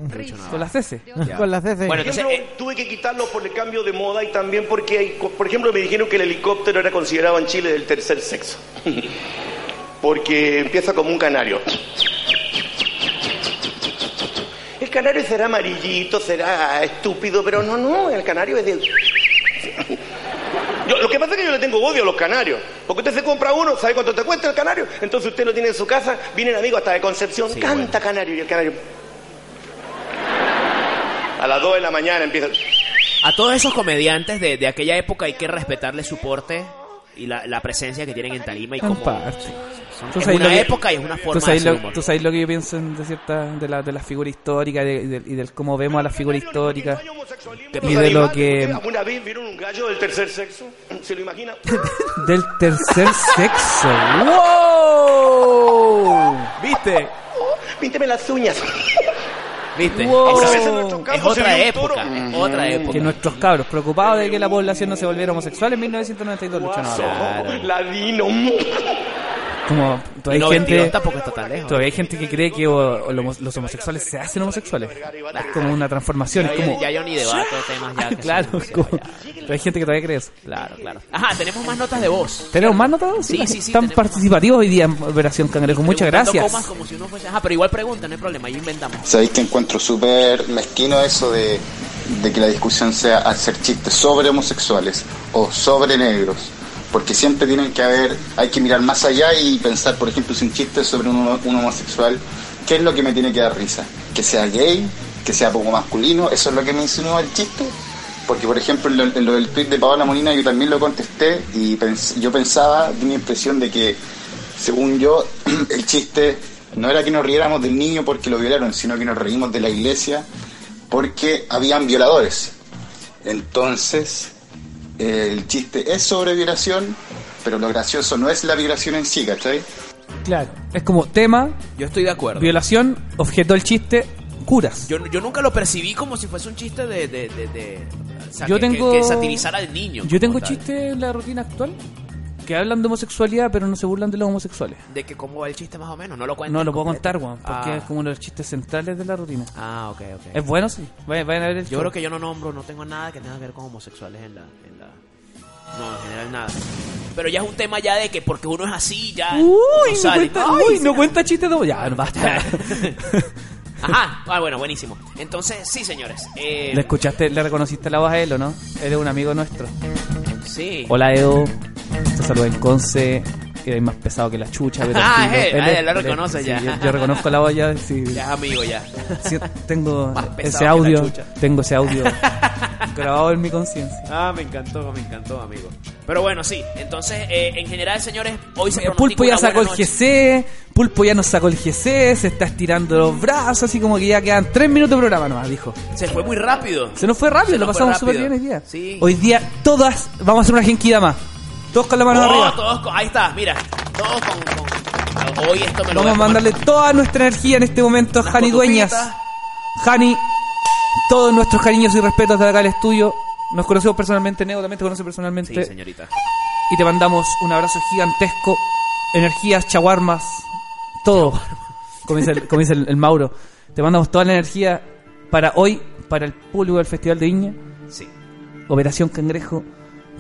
Speaker 1: Con las S.
Speaker 4: Con la C.
Speaker 2: Bueno,
Speaker 5: Por
Speaker 2: entonces,
Speaker 5: ejemplo,
Speaker 2: eh,
Speaker 5: tuve que quitarlo por el cambio de moda y también porque, hay, por ejemplo, me dijeron que el helicóptero era considerado en Chile del tercer sexo. Porque empieza como un canario. El canario será amarillito, será estúpido, pero no, no, el canario es del... Yo- lo que pasa es que yo le tengo odio a los canarios. Porque usted se compra uno, ¿sabe cuánto te cuesta el canario? Entonces usted lo tiene en su casa, vienen amigos hasta de Concepción, canta canario y el canario... A las 2 de la mañana empieza...
Speaker 2: a todos esos comediantes de, de aquella época hay que respetarle su porte y la, la presencia que tienen en Tarima y cómo
Speaker 1: parte.
Speaker 2: son-
Speaker 1: Tú
Speaker 2: es
Speaker 1: sabes
Speaker 2: una
Speaker 1: lo que-
Speaker 2: época y es una
Speaker 1: tú
Speaker 2: forma de
Speaker 1: sabes
Speaker 2: hacer
Speaker 1: lo,
Speaker 2: humor.
Speaker 1: tú sabes lo que yo pienso en de ciertas de, la- de las figuras históricas y, de- y del- y del cómo vemos a las figuras históricas y de lo que
Speaker 5: ¿Alguna vez vieron un gallo del tercer sexo? ¿Se lo imagina?
Speaker 1: del tercer sexo. ¡Wow!
Speaker 2: ¿Viste?
Speaker 5: Pínteme las uñas.
Speaker 2: ¿Viste?
Speaker 1: Wow.
Speaker 2: Esa-
Speaker 5: Esa vez en nuestro campo
Speaker 2: Es
Speaker 5: se
Speaker 2: otra
Speaker 5: vio un
Speaker 2: época,
Speaker 5: toro.
Speaker 2: es otra época.
Speaker 1: Que nuestros cabros preocupados de que la población no se volviera homosexual en 1992 luchan ahora.
Speaker 2: Claro.
Speaker 5: Ladino.
Speaker 1: Como
Speaker 2: Y
Speaker 1: todavía hay
Speaker 2: 92
Speaker 1: gente
Speaker 2: tampoco está tan lejos.
Speaker 1: todavía hay gente que cree que o- o lo- los homosexuales se hacen homosexuales. Es como una transformación, es
Speaker 2: Ya,
Speaker 1: como Ah,
Speaker 2: ya yo ni debato temas ya. que son
Speaker 1: claro, es
Speaker 2: demasiado,
Speaker 1: como-
Speaker 2: ya.
Speaker 1: pero hay gente que todavía cree eso.
Speaker 2: Claro, claro. Ajá, tenemos más notas de voz.
Speaker 1: ¿Tenemos más notas?
Speaker 2: Sí, sí, sí,
Speaker 1: Están
Speaker 2: tenemos Este
Speaker 1: participativos hoy día en Operación Cangrejo. Muchas
Speaker 2: Preguntando
Speaker 1: gracias.
Speaker 2: comas como si uno fuese- Ajá, pero igual pregunta, no hay problema, ahí inventamos.
Speaker 9: Sabéis que encuentro súper mezquino eso de, de que la discusión sea hacer chistes sobre homosexuales o sobre negros. Porque siempre tienen que haber, hay que mirar más allá y pensar, por ejemplo, si un chiste es sobre un, homo- un homosexual, ¿qué es lo que me tiene que dar risa? ¿Que sea gay? ¿Que sea poco masculino? ¿Eso es lo que me insinúa el chiste? Porque, por ejemplo, en lo, en lo del tweet de Paola Molina yo también lo contesté y pens- yo pensaba, di mi impresión de que, según yo, el chiste no era que nos riéramos del niño porque lo violaron, sino que nos reímos de la iglesia porque habían violadores. Entonces, eh, el chiste es sobre violación, pero lo gracioso no es la violación en sí, ¿cachai?
Speaker 1: Claro. Es como tema,
Speaker 2: Yo estoy de acuerdo.
Speaker 1: violación, objeto del chiste, curas.
Speaker 2: Yo, yo nunca lo percibí como si fuese un chiste de. de, de, de- o sea,
Speaker 1: Yo
Speaker 2: que,
Speaker 1: tengo-
Speaker 2: que- que satirizara al niño.
Speaker 1: Yo tengo
Speaker 2: como tal.
Speaker 1: chistes en la rutina actual que hablan de homosexualidad pero no se burlan de los homosexuales.
Speaker 2: De que cómo va el chiste más o menos, no lo cuento.
Speaker 1: No lo puedo contar, Juan, porque
Speaker 2: Ah.
Speaker 1: es como uno de los chistes centrales de la rutina.
Speaker 2: Ah, ok, ok.
Speaker 1: Es bueno, sí. Vayan, vayan a ver el
Speaker 2: Yo
Speaker 1: show.
Speaker 2: creo que yo no nombro, no tengo nada que tenga que ver con homosexuales en la. En la... No, en general nada. Pero ya es un tema ya de que porque uno es así, ya.
Speaker 1: Uy,
Speaker 2: no
Speaker 1: no,
Speaker 2: sale.
Speaker 1: cuenta,
Speaker 2: Ay,
Speaker 1: uy,
Speaker 2: sí,
Speaker 1: no cuenta chistes de... Ya, no basta.
Speaker 2: Ajá, ah, bueno, buenísimo. Entonces, sí, señores. Eh,
Speaker 1: ¿Le escuchaste, le reconociste la voz a él o no? Él es un amigo nuestro.
Speaker 2: sí.
Speaker 1: Hola Edo, te saludo el Conce, eres más pesado que la chucha. pero
Speaker 2: Ah,
Speaker 1: tranquilo.
Speaker 2: él, ah, él lo
Speaker 1: él es-
Speaker 2: reconoce
Speaker 1: sí,
Speaker 2: ya.
Speaker 1: Yo, yo reconozco la olla, sí,
Speaker 2: Ya es amigo, ya.
Speaker 1: Sí, tengo
Speaker 2: Más pesado que
Speaker 1: ese
Speaker 2: la
Speaker 1: audio,
Speaker 2: chucha.
Speaker 1: tengo ese audio grabado en mi conciencia.
Speaker 2: Ah, me encantó, me encantó, amigo. Pero bueno, sí. Entonces, eh, en general, señores, hoy se pronostica
Speaker 1: Pulpo ya
Speaker 2: una
Speaker 1: sacó el
Speaker 2: buena noche.
Speaker 1: GC, Pulpo ya nos sacó el GC, se está estirando los brazos, así como que ya quedan tres minutos de programa nomás, dijo.
Speaker 2: Se fue muy rápido.
Speaker 1: Se nos fue rápido,
Speaker 2: Se
Speaker 1: lo
Speaker 2: nos fue
Speaker 1: pasamos súper
Speaker 2: rápido.
Speaker 1: bien hoy día.
Speaker 2: Sí.
Speaker 1: Hoy día todas vamos a hacer una genquida más. Todos con la mano
Speaker 2: Oh,
Speaker 1: arriba.
Speaker 2: todos con- ahí está, mira. Todos con. con- hoy esto me lo
Speaker 1: Vamos
Speaker 2: voy
Speaker 1: a
Speaker 2: tomar.
Speaker 1: mandarle toda nuestra energía en este momento a
Speaker 2: Unas
Speaker 1: Jani Dueñas.
Speaker 2: cotufitas.
Speaker 1: Jani, todos nuestros cariños y respetos de acá al estudio. Nos conocemos personalmente, Neo también te conoce personalmente.
Speaker 2: Sí, señorita.
Speaker 1: y te mandamos un abrazo gigantesco. Energías, chaguarmas, todo. Como dice, el, como dice el- el Mauro. Te mandamos toda la energía para hoy, para el público del Festival de Viña.
Speaker 2: Sí.
Speaker 1: Operación Cangrejo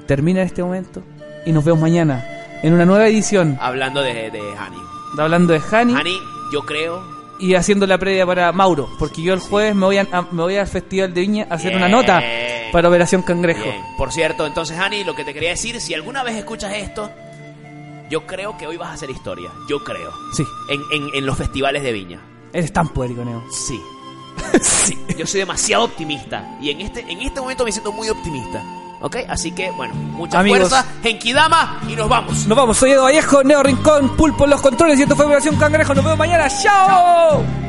Speaker 1: termina en este momento y nos vemos mañana en una nueva edición
Speaker 2: Hablando de, de Hani.
Speaker 1: de Hablando de Hani.
Speaker 2: Hani, yo creo.
Speaker 1: y haciendo la previa para Mauro, porque yo el jueves me voy, a- a- me voy al Festival de Viña a hacer una
Speaker 2: Bien.
Speaker 1: nota para Operación Cangrejo.
Speaker 2: Bien. Por cierto, entonces, Hani, lo que te quería decir, si alguna vez escuchas esto, yo creo que hoy vas a hacer historia. Yo creo.
Speaker 1: Sí,
Speaker 2: En, en, en los festivales de Viña.
Speaker 1: eres tan poético, Neo.
Speaker 2: Sí. sí. Yo soy demasiado optimista. Y en este, en este momento me siento muy optimista. ¿Ok? Así que, bueno, mucha
Speaker 1: Amigos.
Speaker 2: fuerza. Genkidama y nos vamos.
Speaker 1: Nos vamos, soy Edo Vallejo, Neo Rincón, Pulpo en los controles y esto fue Operación Cangrejo. Nos vemos mañana, ¡chao!